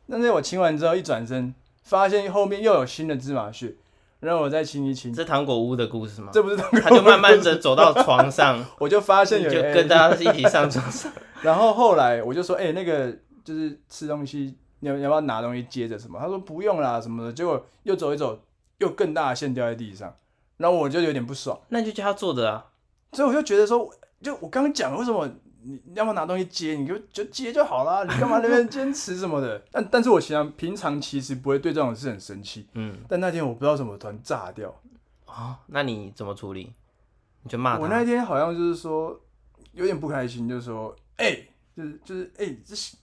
A: 但是我清完之后一转身，发现后面又有新的芝麻屑，然后我再清一清。
B: 这糖果屋的故事吗？
A: 这不是同
B: 他就慢慢的走到床上，
A: 我就发 *laughs* 现有
B: 就
A: 诶
B: 跟大家一起上床上。
A: 然后后来我就说，哎、那个就是吃东西，你要你要不要拿东西接着什么？他说不用啦什么的。结果又走一走，又更大的线掉在地上，然后我就有点不爽，
B: 那就叫他坐着啊，
A: 所以我就觉得说，就我刚刚讲为什么你你要不要拿东西接，你就就接就好啦，你干嘛那边坚持什么的？ *laughs* 但但是我平常平常其实不会对这种事很生气，
B: 嗯，
A: 但那天我不知道怎么突然炸掉，
B: 哦，那你怎么处理？你就骂
A: 我
B: 他，
A: 那天好像就是说有点不开心，就说哎、就是就是哎、这是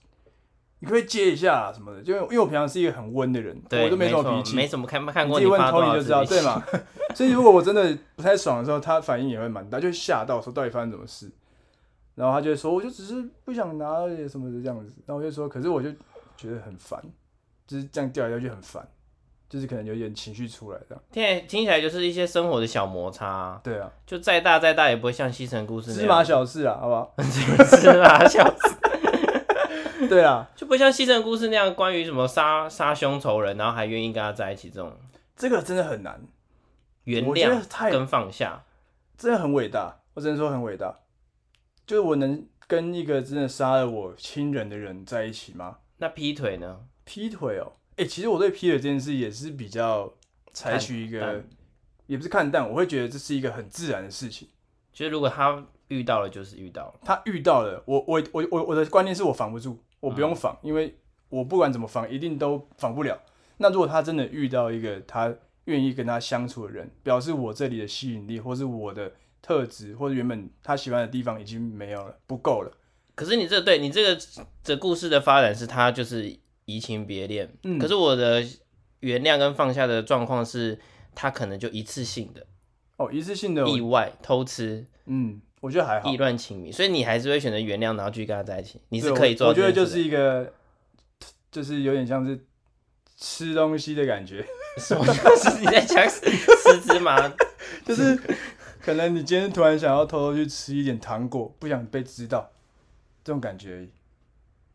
A: 你可不可以接一下、啊、什么的，就因为因为我平常是一个很温的人，
B: 对，
A: 我都
B: 没
A: 什么脾
B: 错没
A: 气，
B: 怎么看看
A: 你
B: 过
A: 自己问
B: 发多
A: Tony
B: 少
A: 就知
B: 次
A: 道，
B: 脾气
A: 对
B: *laughs*
A: 嘛？所以如果我真的不太爽的时候，他反应也会蛮大，就会吓到说到底发生什么事，然后他就会说我就只是不想拿而已什么的这样子，然后我就说可是我就觉得很烦，就是这样掉来掉去很烦，就是可能有点情绪出来这样，
B: 听起来听起来就是一些生活的小摩擦啊，
A: 对啊，
B: 就再大再大也不会像《西城故事》那
A: 芝麻
B: 样
A: 小事啊，好不好？
B: 芝麻小子，
A: 对啊。
B: 就不像《西城故事》那样关于什么杀杀兄仇人，然后还愿意跟他在一起这种
A: 这个真的很难，
B: 原
A: 我觉得
B: 谅
A: 太
B: 跟放下。
A: 真的很伟大，我只能说很伟大。就是我能跟一个真的杀了我亲人的人在一起吗？
B: 那劈腿呢？
A: 劈腿哦，哎、其实我对劈腿这件事也是比较采取一
B: 看
A: 个
B: 淡，
A: 也不是看淡，我会觉得这是一个很自然的事情。
B: 就是如果他遇到了，就是遇到了。
A: 他遇到了我，我我我我的观念是我防不住，我不用
B: 嗯
A: 防，因为我不管怎么防，一定都防不了。那如果他真的遇到一个他愿意跟他相处的人，表示我这里的吸引力，或是我的特质，或者原本他喜欢的地方已经没有了，不够了。
B: 可是你这对你这个这故事的发展是他就是移情别恋，
A: 嗯
B: 可是我的原谅跟放下的状况是，他可能就一次性的
A: 哦，一次性的，
B: 意外偷吃、
A: 嗯，我觉得还好
B: 意，乱情迷，所以你还是会选择原谅，然后继续跟他在一起，你
A: 你
B: 是可以做
A: 我觉
B: 到这
A: 得
B: 件事的。
A: 就是一个，就是有点像是吃东西的感觉，
B: *laughs* 什么？就是你在讲吃吃芝麻？
A: 就是可能你今天突然想要偷偷去吃一点糖果，不想被知道，这种感觉而已。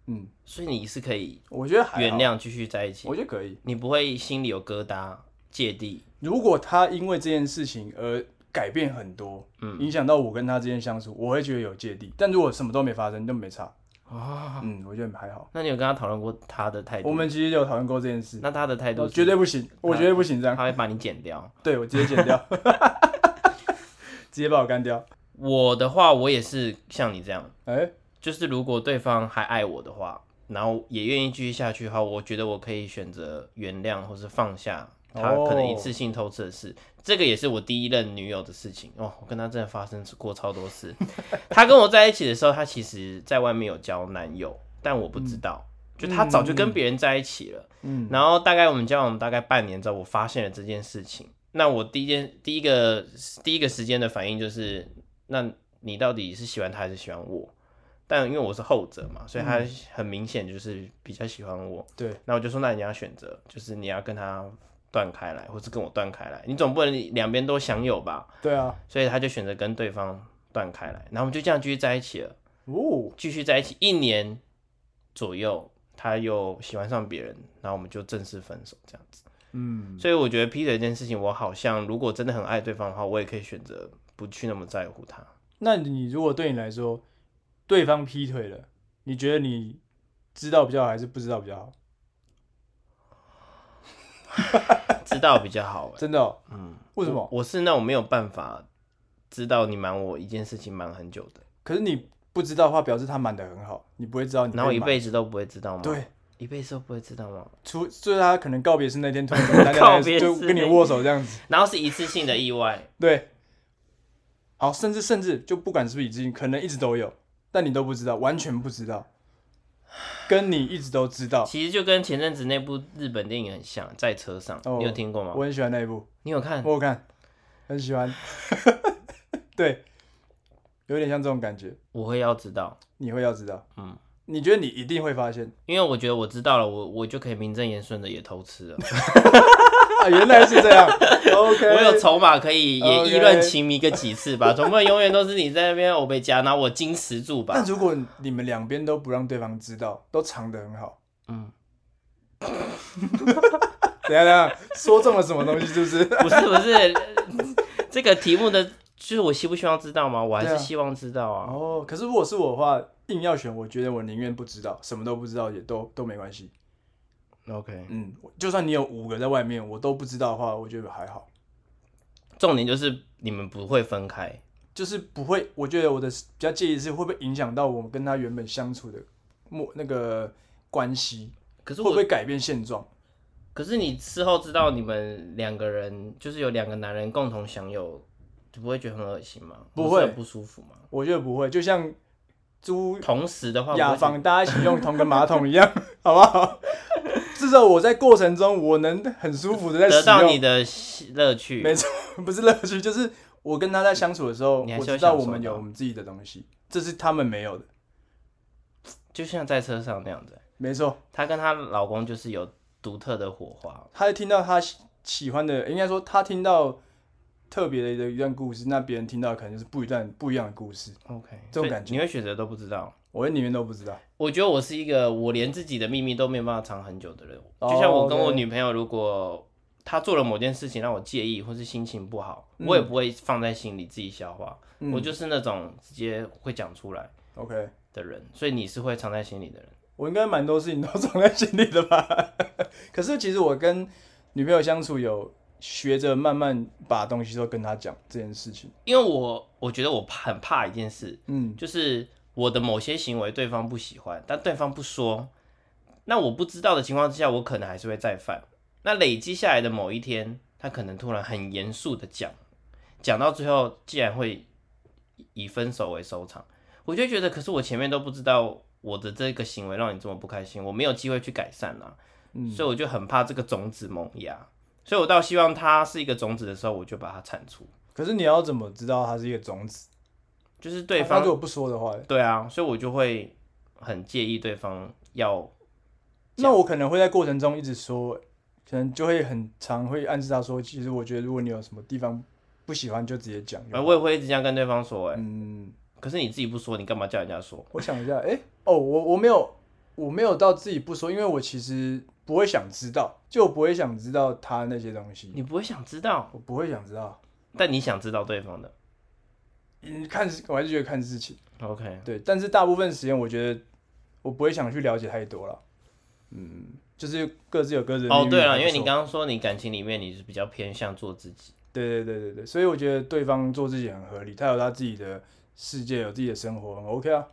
A: 嗯，
B: *laughs* 所以你是可以
A: 我觉得还好
B: 原，谅继续在一起
A: 我，觉得可以。
B: 你不会心里有疙瘩、芥蒂。
A: 如果他因为这件事情而改变很多，嗯，影响到我跟他之间相处，我会觉得有芥蒂。但如果什么都没发生，就没差。
B: 哦，
A: 嗯，我觉得还好。
B: 那你有跟他讨论过他的态度？
A: 我们其实有讨论过这件事，
B: 那他的态度
A: 我
B: 是
A: 绝对不行，我绝对不行这样。
B: *laughs* 他会把你剪掉。
A: 对我直接剪掉，直接把我干掉。
B: 我的话，我也是像你这样，
A: 哎、
B: 就是如果对方还爱我的话，然后也愿意继续下去的话，我觉得我可以选择原谅或是放下他
A: 哦
B: 可能一次性偷吃的事。这个也是我第一任女友的事情哦，我跟她真的发生过超多次。她跟我在一起的时候，她其实在外面有交男友，但我不知道，就她早就跟别人在一起了。
A: 嗯，
B: 然后大概我们交往大概半年之后，我发现了这件事情。那我第一件、第一个、第一个时间的反应就是，那你到底是喜欢他还是喜欢我？但因为我是后者嘛，所以他很明显就是比较喜欢我。
A: 对，
B: 那我就说，那你要选择，就是你要跟他断开来，或是跟我断开来，你总不能两边都享有吧？
A: 对啊，
B: 所以他就选择跟对方断开来，然后我们就这样继续在一起了。
A: 哦，
B: 继续在一起一年左右，他又喜欢上别人，然后我们就正式分手这样子。
A: 嗯，
B: 所以我觉得劈腿这件事情，我好像如果真的很爱对方的话，我也可以选择不去那么在乎他。
A: 那你如果对你来说，对方劈腿了，你觉得你知道比较好还是不知道比较好？
B: 知道比较好、欸。
A: 真的、哦，
B: 嗯，
A: 为什么？
B: 我是那种没有办法知道你瞒我一件事情瞒很久的，
A: 可是你不知道的话，表示他瞒得很好，你不会知道你被
B: 然后一
A: 瞒
B: 辈子都不会知道吗？，
A: 对，
B: 一辈子都不会知道吗？
A: 除就是他可能告别式那天突然
B: *laughs*
A: 跟大家
B: 告别
A: 就
B: 式
A: 跟你
B: 那
A: 握手这样子，
B: 然后是一次性的意外，
A: 对，好，甚至甚至就不管是不是已经，可能一直都有，但你都不知道，完全不知道，跟你一直都知道。
B: 其实就跟前阵子那部日本电影很像，在车上，
A: 哦
B: 你有听过吗
A: 我？很喜欢那一部，
B: 你有看？
A: *laughs* 我有看，很喜欢。 *laughs* 对，有点像这种感觉，
B: 我会要知道。
A: 你会要知道，
B: 嗯，
A: 你觉得你一定会发现
B: 因为我觉得我知道了，我我就可以名正言顺的也偷吃了，
A: 啊，原来是这
B: *laughs*
A: 样。OK，
B: 我有筹码可以也
A: OK
B: 意乱情迷个几次吧，总不能永远都是你在那边欧贝加，然后我矜持住吧
A: 但。如果你们两边都不让对方知道，都藏得很好，
B: 嗯，
A: 等一下等一下，说中了什么东西是不是？ *laughs*
B: 不是不是， *laughs* 这个题目的就是我希不希望知道吗？我还
A: 对
B: 是
A: 啊
B: 希望知道啊。
A: 哦，可是如果是我的话，硬要选，我觉得我宁愿不知道，什么都不知道也都都没关系。
B: OK，
A: 嗯，就算你有五个在外面，我都不知道的话，我觉得还好，
B: 重点就是你们不会分开，
A: 就是不会。我觉得我的比较介意是会不会影响到我们跟他原本相处的默那个关系，
B: 可是
A: 会
B: 我
A: 不会改变现状？
B: 可是你事后知道你们两个人就是有两个男人共同享有，就不会觉得很恶心吗？
A: 不
B: 或是
A: 会
B: 很不舒服吗？
A: 我觉得不会，就像租
B: 同时的话，
A: 雅
B: 我啊会觉得
A: 房大家一起用同个马桶一样， *laughs* 好不好？至少我在过程中，我能很舒服的在
B: 得
A: 使
B: 到
A: 用
B: 你。的喜乐趣。
A: 没错，不是乐趣，就是我跟他在相处的时候，
B: 你还
A: 我
B: 是有
A: 知道
B: 享
A: 我
B: 受
A: 们有
B: 到
A: 我们自己的东西，这是他们没有的。
B: 就像在车上那样子，
A: 没错，
B: 她跟她老公就是有独特的火花。
A: 他听到他喜喜欢的，应该说他听到特别的一段故事，那别人听到可能就是不一段不一样的故事，
B: OK，
A: 这种感觉
B: 你会选择都不知道。
A: 我连里面都不知道。
B: 我觉得我是一个我连自己的秘密都没有办法藏很久的人，
A: 哦
B: 就像我跟我
A: OK
B: 女朋友，如果她做了某件事情让我介意或是心情不好，我也不会放在心里自己消化，
A: 嗯
B: 我就是那种直接会讲出来
A: OK，
B: 的人，所以你是会藏在心里的人。
A: 我应该蛮多事情都藏在心里的吧？ *laughs* 可是其实我跟女朋友相处有学着慢慢把东西都跟她讲这件事情。
B: 因为我我觉得我怕很怕一件事，
A: 嗯，
B: 就是我的某些行为对方不喜欢，但对方不说，那我不知道的情况之下，我可能还是会再犯。那累积下来的某一天，他可能突然很严肃的讲，讲到最后竟然会以分手为收场，我就觉得，可是我前面都不知道我的这个行为让你这么不开心，我没有机会去改善啊，
A: 嗯
B: 所以我就很怕这个种子萌芽，所以我倒希望它是一个种子的时候，我就把它铲除，
A: 可是你要怎么知道它是一个种子？
B: 就是对
A: 她
B: 方
A: 她如果不说的话，
B: 对啊，所以我就会很介意对方要
A: 那我可能会在过程中一直说，可能就会很常会暗示他说，其实我觉得如果你有什么地方不喜欢，就直接讲就
B: 呃，
A: 好。
B: 我也会一直这样跟对方说、欸，
A: 嗯，
B: 可是你自己不说，你干嘛叫人家说？
A: 我想一下，哎、哦，我我没有，我没有到自己不说，因为我其实不会想知道，就我不会想知道他那些东西，
B: 你不会想知道，
A: 我不会想知道。
B: 但你想知道对方的。
A: 嗯，看事我还是觉得看事情，
B: OK，
A: 对，但是大部分时间我觉得我不会想去了解太多了。嗯，就是各自有各自的
B: 哦
A: 秘密
B: 对
A: 还
B: 了，
A: 不
B: 因为你
A: 错
B: 刚刚说你感情里面你是比较偏向做自己，
A: 对对对对对，所以我觉得对方做自己很合理，他有他自己的世界，有自己的生活，很 OK 啊。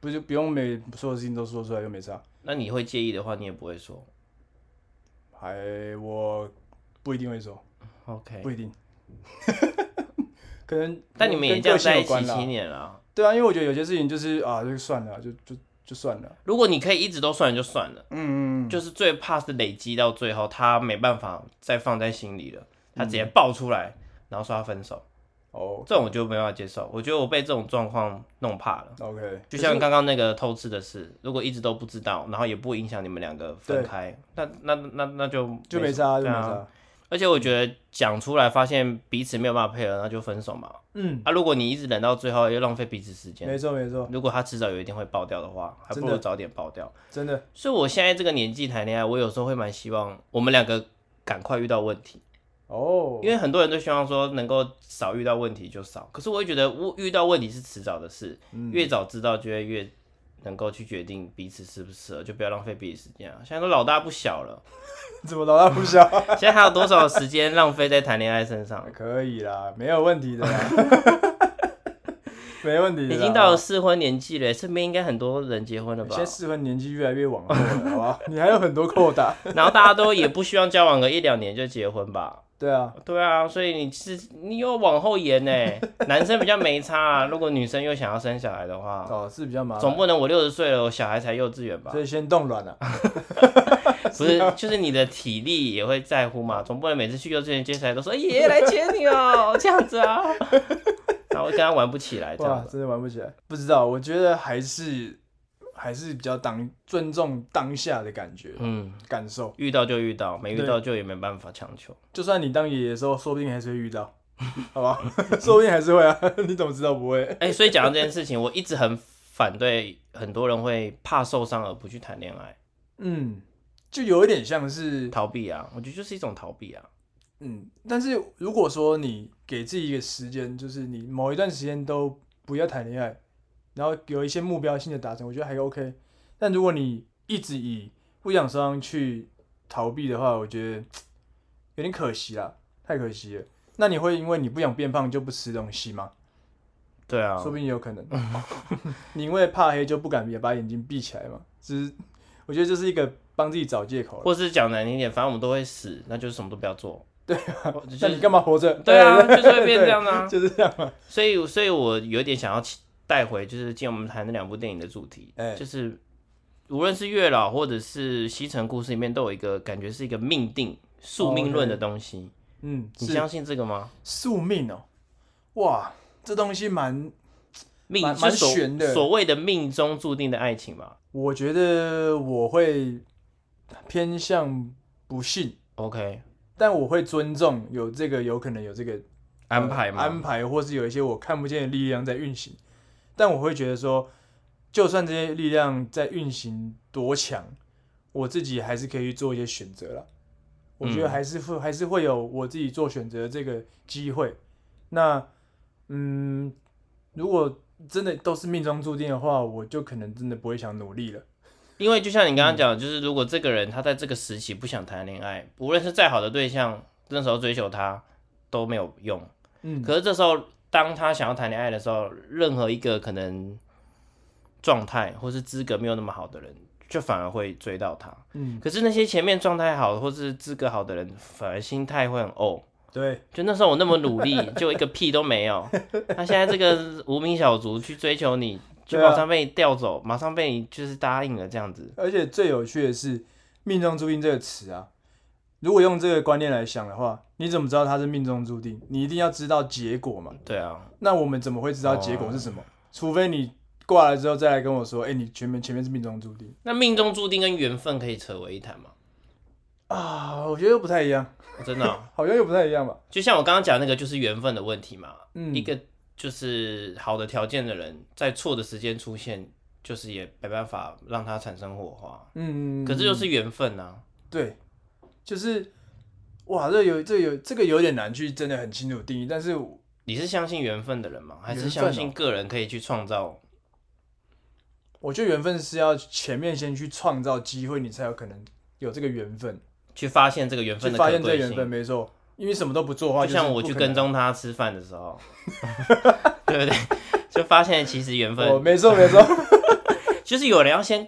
A: 不就不用每所有事情都说出来，又没差。
B: 那你会介意的话，你也不会说。
A: 还我不一定会说，
B: OK，
A: 不一定， *laughs* 可能
B: 但你们也
A: 跟
B: 这样
A: 个性
B: 在
A: 有
B: 一起
A: 关啦
B: 七年了，
A: 对啊，因为我觉得有些事情就是啊，就算了，就就就算了。啊
B: 如果你可以一直都算了就算了，
A: 嗯，嗯嗯
B: 就是最怕是累积到最后，他没办法再放在心里了，他直接爆出来，然后说他分手，
A: 哦
B: 这种我就没办法接受。我觉得我被这种状况弄怕了。
A: ，OK，
B: 就像刚刚那个偷吃的事，如果一直都不知道，然后也不影响你们两个分开，那那那那就
A: 就没
B: 什么
A: 差，就没
B: 对啊
A: 差。
B: 而且我觉得讲出来，发现彼此没有办法配合，那就分手嘛。
A: 嗯，
B: 啊，如果你一直忍到最后，又浪费彼此时间。
A: 没错没错，
B: 如果他迟早有一天会爆掉的话，还不
A: 真
B: 如
A: 的
B: 早点爆掉。
A: 真的，
B: 所以我现在这个年纪谈恋爱，我有时候会蛮希望我们两个赶快遇到问题，
A: 哦 *laughs*
B: 因，为很多人都希望说能够少遇到问题就少。可是我会觉得，我遇到问题是迟早的事，越早知道就会越能够去决定彼此适不适合，就不要浪费彼此时间啊。现在都老大不小了，
A: 怎么老大不小？
B: 现在还有多少时间浪费在谈恋爱身上？
A: 可以啦，没有问题的啦， *laughs* 没问题的啦。
B: 已经到了适婚年纪了，身边应该很多人结婚了吧
A: 现在？适婚年纪越来越往后了，好吧？ *laughs* 你还有很多扣打。
B: 然后大家都也不希望交往个一两年就结婚吧？
A: 对啊，
B: 对啊，所以你是你又往后延呢、男生比较没差啊，如果女生又想要生小孩的话，
A: 哦，是比较麻
B: 总
A: 烦，
B: 不能我六十岁了，我小孩才幼稚园吧
A: 所？以先冻卵啊。
B: 不是，啊就是你的体力也会在乎嘛，总不能每次去幼稚园接小孩都说哎爷爷来接你 *laughs* 哦、这样子啊，然后跟他玩不起来这
A: 哇
B: 样，子。
A: 真的玩不起来。不知道，我觉得还是还是比较当尊重当下的感觉、
B: 嗯，
A: 感受。
B: 遇到就遇到，没遇到就也没办法强求。
A: 就算你当爷爷的时候，说不定还是会遇到，好 *laughs* 吧？说不定还是会啊， *laughs* 你怎么知道不会？
B: 哎、所以讲到这件事情，我一直很反对很多人会怕受伤而不去谈恋爱，
A: 嗯，就有一点像是
B: 逃避啊，我觉得就是一种逃避啊。
A: 嗯，但是如果说你给自己一个时间，就是你某一段时间都不要谈恋爱，然后有一些目标性的达成，我觉得还 OK。但如果你一直以不想受伤去逃避的话，我觉得有点可惜啦，太可惜了。那你会因为你不想变胖就不吃东西吗？
B: 对啊
A: 说，不定有可能。 *laughs* 你因为怕黑就不敢也把眼睛闭起来嘛？只是我觉得这是一个帮自己找借口了。
B: 或是讲难听点，反正我们都会死，那就是什么都不要做。对啊，就
A: 那
B: 是
A: 你干嘛活着？
B: 对啊，
A: 对
B: 就是会变这样的、
A: *laughs*
B: 啊。
A: 就是这样嘛。
B: 所以，所以我有点想要带回，就是今天我们谈的两部电影的主题，
A: 哎
B: 就是无论是月老或者是西城故事里面，都有一个感觉是一个命定、宿命论的东西。
A: 嗯，哦
B: 你
A: 是
B: 相信这个吗？
A: 宿命哦，哇，这东西蛮，
B: 命
A: 蛮
B: 就
A: 蛮
B: 所
A: 悬的
B: 所谓的命中注定的爱情嘛。
A: 我觉得我会偏向不信，
B: OK，
A: 但我会尊重有这个有可能有这个
B: 安排
A: 呃
B: 嘛，
A: 安排或是有一些我看不见的力量在运行，但我会觉得说，就算这些力量在运行多强，我自己还是可以去做一些选择了。我觉得
B: 嗯
A: 还是会、还是会有我自己做选择的这个机会。那嗯，如果真的都是命中注定的话，我就可能真的不会想努力了。
B: 因为就像你
A: 嗯
B: 刚刚讲的，就是如果这个人他在这个时期不想谈恋爱，无论是再好的对象，那时候追求他都没有用。
A: 嗯，
B: 可是这时候，当他想要谈恋爱的时候，任何一个可能状态或是资格没有那么好的人，就反而会追到他。
A: 嗯，
B: 可是那些前面状态好或是资格好的人，反而心态会很怄。
A: 对，
B: 就那时候我那么努力，就一个屁都没
A: *laughs*
B: 有。他现在这个无名小卒去追求你，就
A: 对啊
B: 马上被你调走，马上被你就是答应了这样子。
A: 而且最有趣的是“命中注定”这个词啊，如果用这个观念来想的话，你怎么知道它是命中注定？你一定要知道结果嘛。
B: 对啊，
A: 那我们怎么会知道结果是什么？除非你挂了之后再来跟我说，哎、你前面前面是命中注定
B: 那命中注定跟缘分可以扯为一谈吗？
A: 啊，我觉得又不太一样，
B: 真的哦、
A: 好像又不太一样吧。
B: 就像我刚刚讲那个，就是缘分的问题嘛。
A: 嗯
B: 一个就是好的条件的人，在错的时间出现，就是也没办法让他产生火花。
A: 嗯，
B: 可是就是缘分啊，
A: 对，就是哇，这有这有这个有点难去真的很清楚定义，但是我
B: 你是相信缘分的人吗？还是
A: 缘分
B: 相
A: 哦
B: 信个人可以去创造？
A: 我觉得缘分是要前面先去创造机会，你才有可能有这个缘分，
B: 去发现这个缘
A: 去
B: 分的
A: 发
B: 可
A: 现这个
B: 贵
A: 缘分，
B: 性，
A: 没错。因为什么都不做啊的话，
B: 就像我去跟踪他吃饭的时候， *laughs* 对不对？ *laughs* 就发现其实缘
A: 就是不可能，哦，
B: 分
A: 没错没错， *laughs*
B: 就是有人要先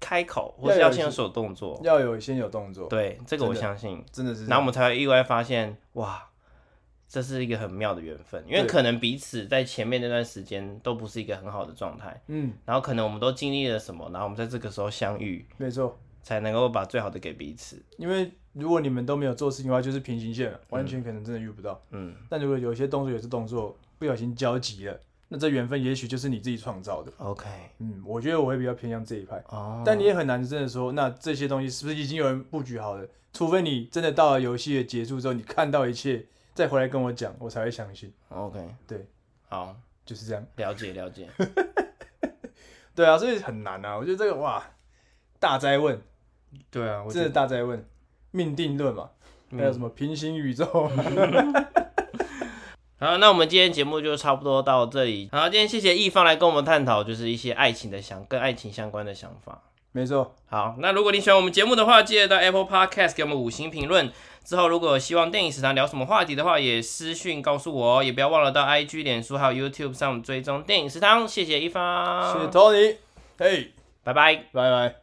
B: 开口，或是要先有所动作。
A: 要有先有动作，
B: 对，这个我
A: 真的
B: 相信。
A: 真的是这
B: 然后我
A: 样，
B: 们才会意外发现，哇，这是一个很妙的缘分，因为
A: 对
B: 可能彼此在前面那段时间都不是一个很好的状态，
A: 嗯，
B: 然后可能我们都经历了什么，然后我们在这个时候相遇，
A: 没错，
B: 才能够把最好的给彼此。
A: 因为如果你们都没有做事情的话，就是平行线了，完全可能真的遇不到。
B: 嗯，
A: 但如果有一些动作也是动作不小心交集了，那这缘分也许就是你自己创造的。
B: OK，
A: 嗯，我觉得我会比较偏向这一派，
B: 哦，
A: 但你也很难真的说，那这些东西是不是已经有人布局好了？除非你真的到了游戏的结束之后，你看到一切，再回来跟我讲，我才会相信。
B: OK，
A: 对，
B: 好，
A: 就是这样。
B: 了解了解。
A: 对啊，所以很难啊。我觉得这个哇，大灾问，
B: *laughs* 对啊，我
A: 真的
B: 觉得嗯
A: 大灾问，命定论嘛，还有什么平行宇宙？
B: *laughs* 好，那我们今天节目就差不多到这里。好，今天谢谢易方来跟我们探讨，就是一些爱情的想跟爱情相关的想法。
A: 没错，
B: 好，那如果你喜欢我们节目的话，记得到 Apple Podcast 给我们五星评论。之后如果有希望电影食堂聊什么话题的话，也私讯告诉我哦，也不要忘了到 IG、脸书还有 YouTube 上追踪电影食堂。谢谢一方，
A: 谢谢 Tony，嘿，
B: 拜拜。
A: 拜拜。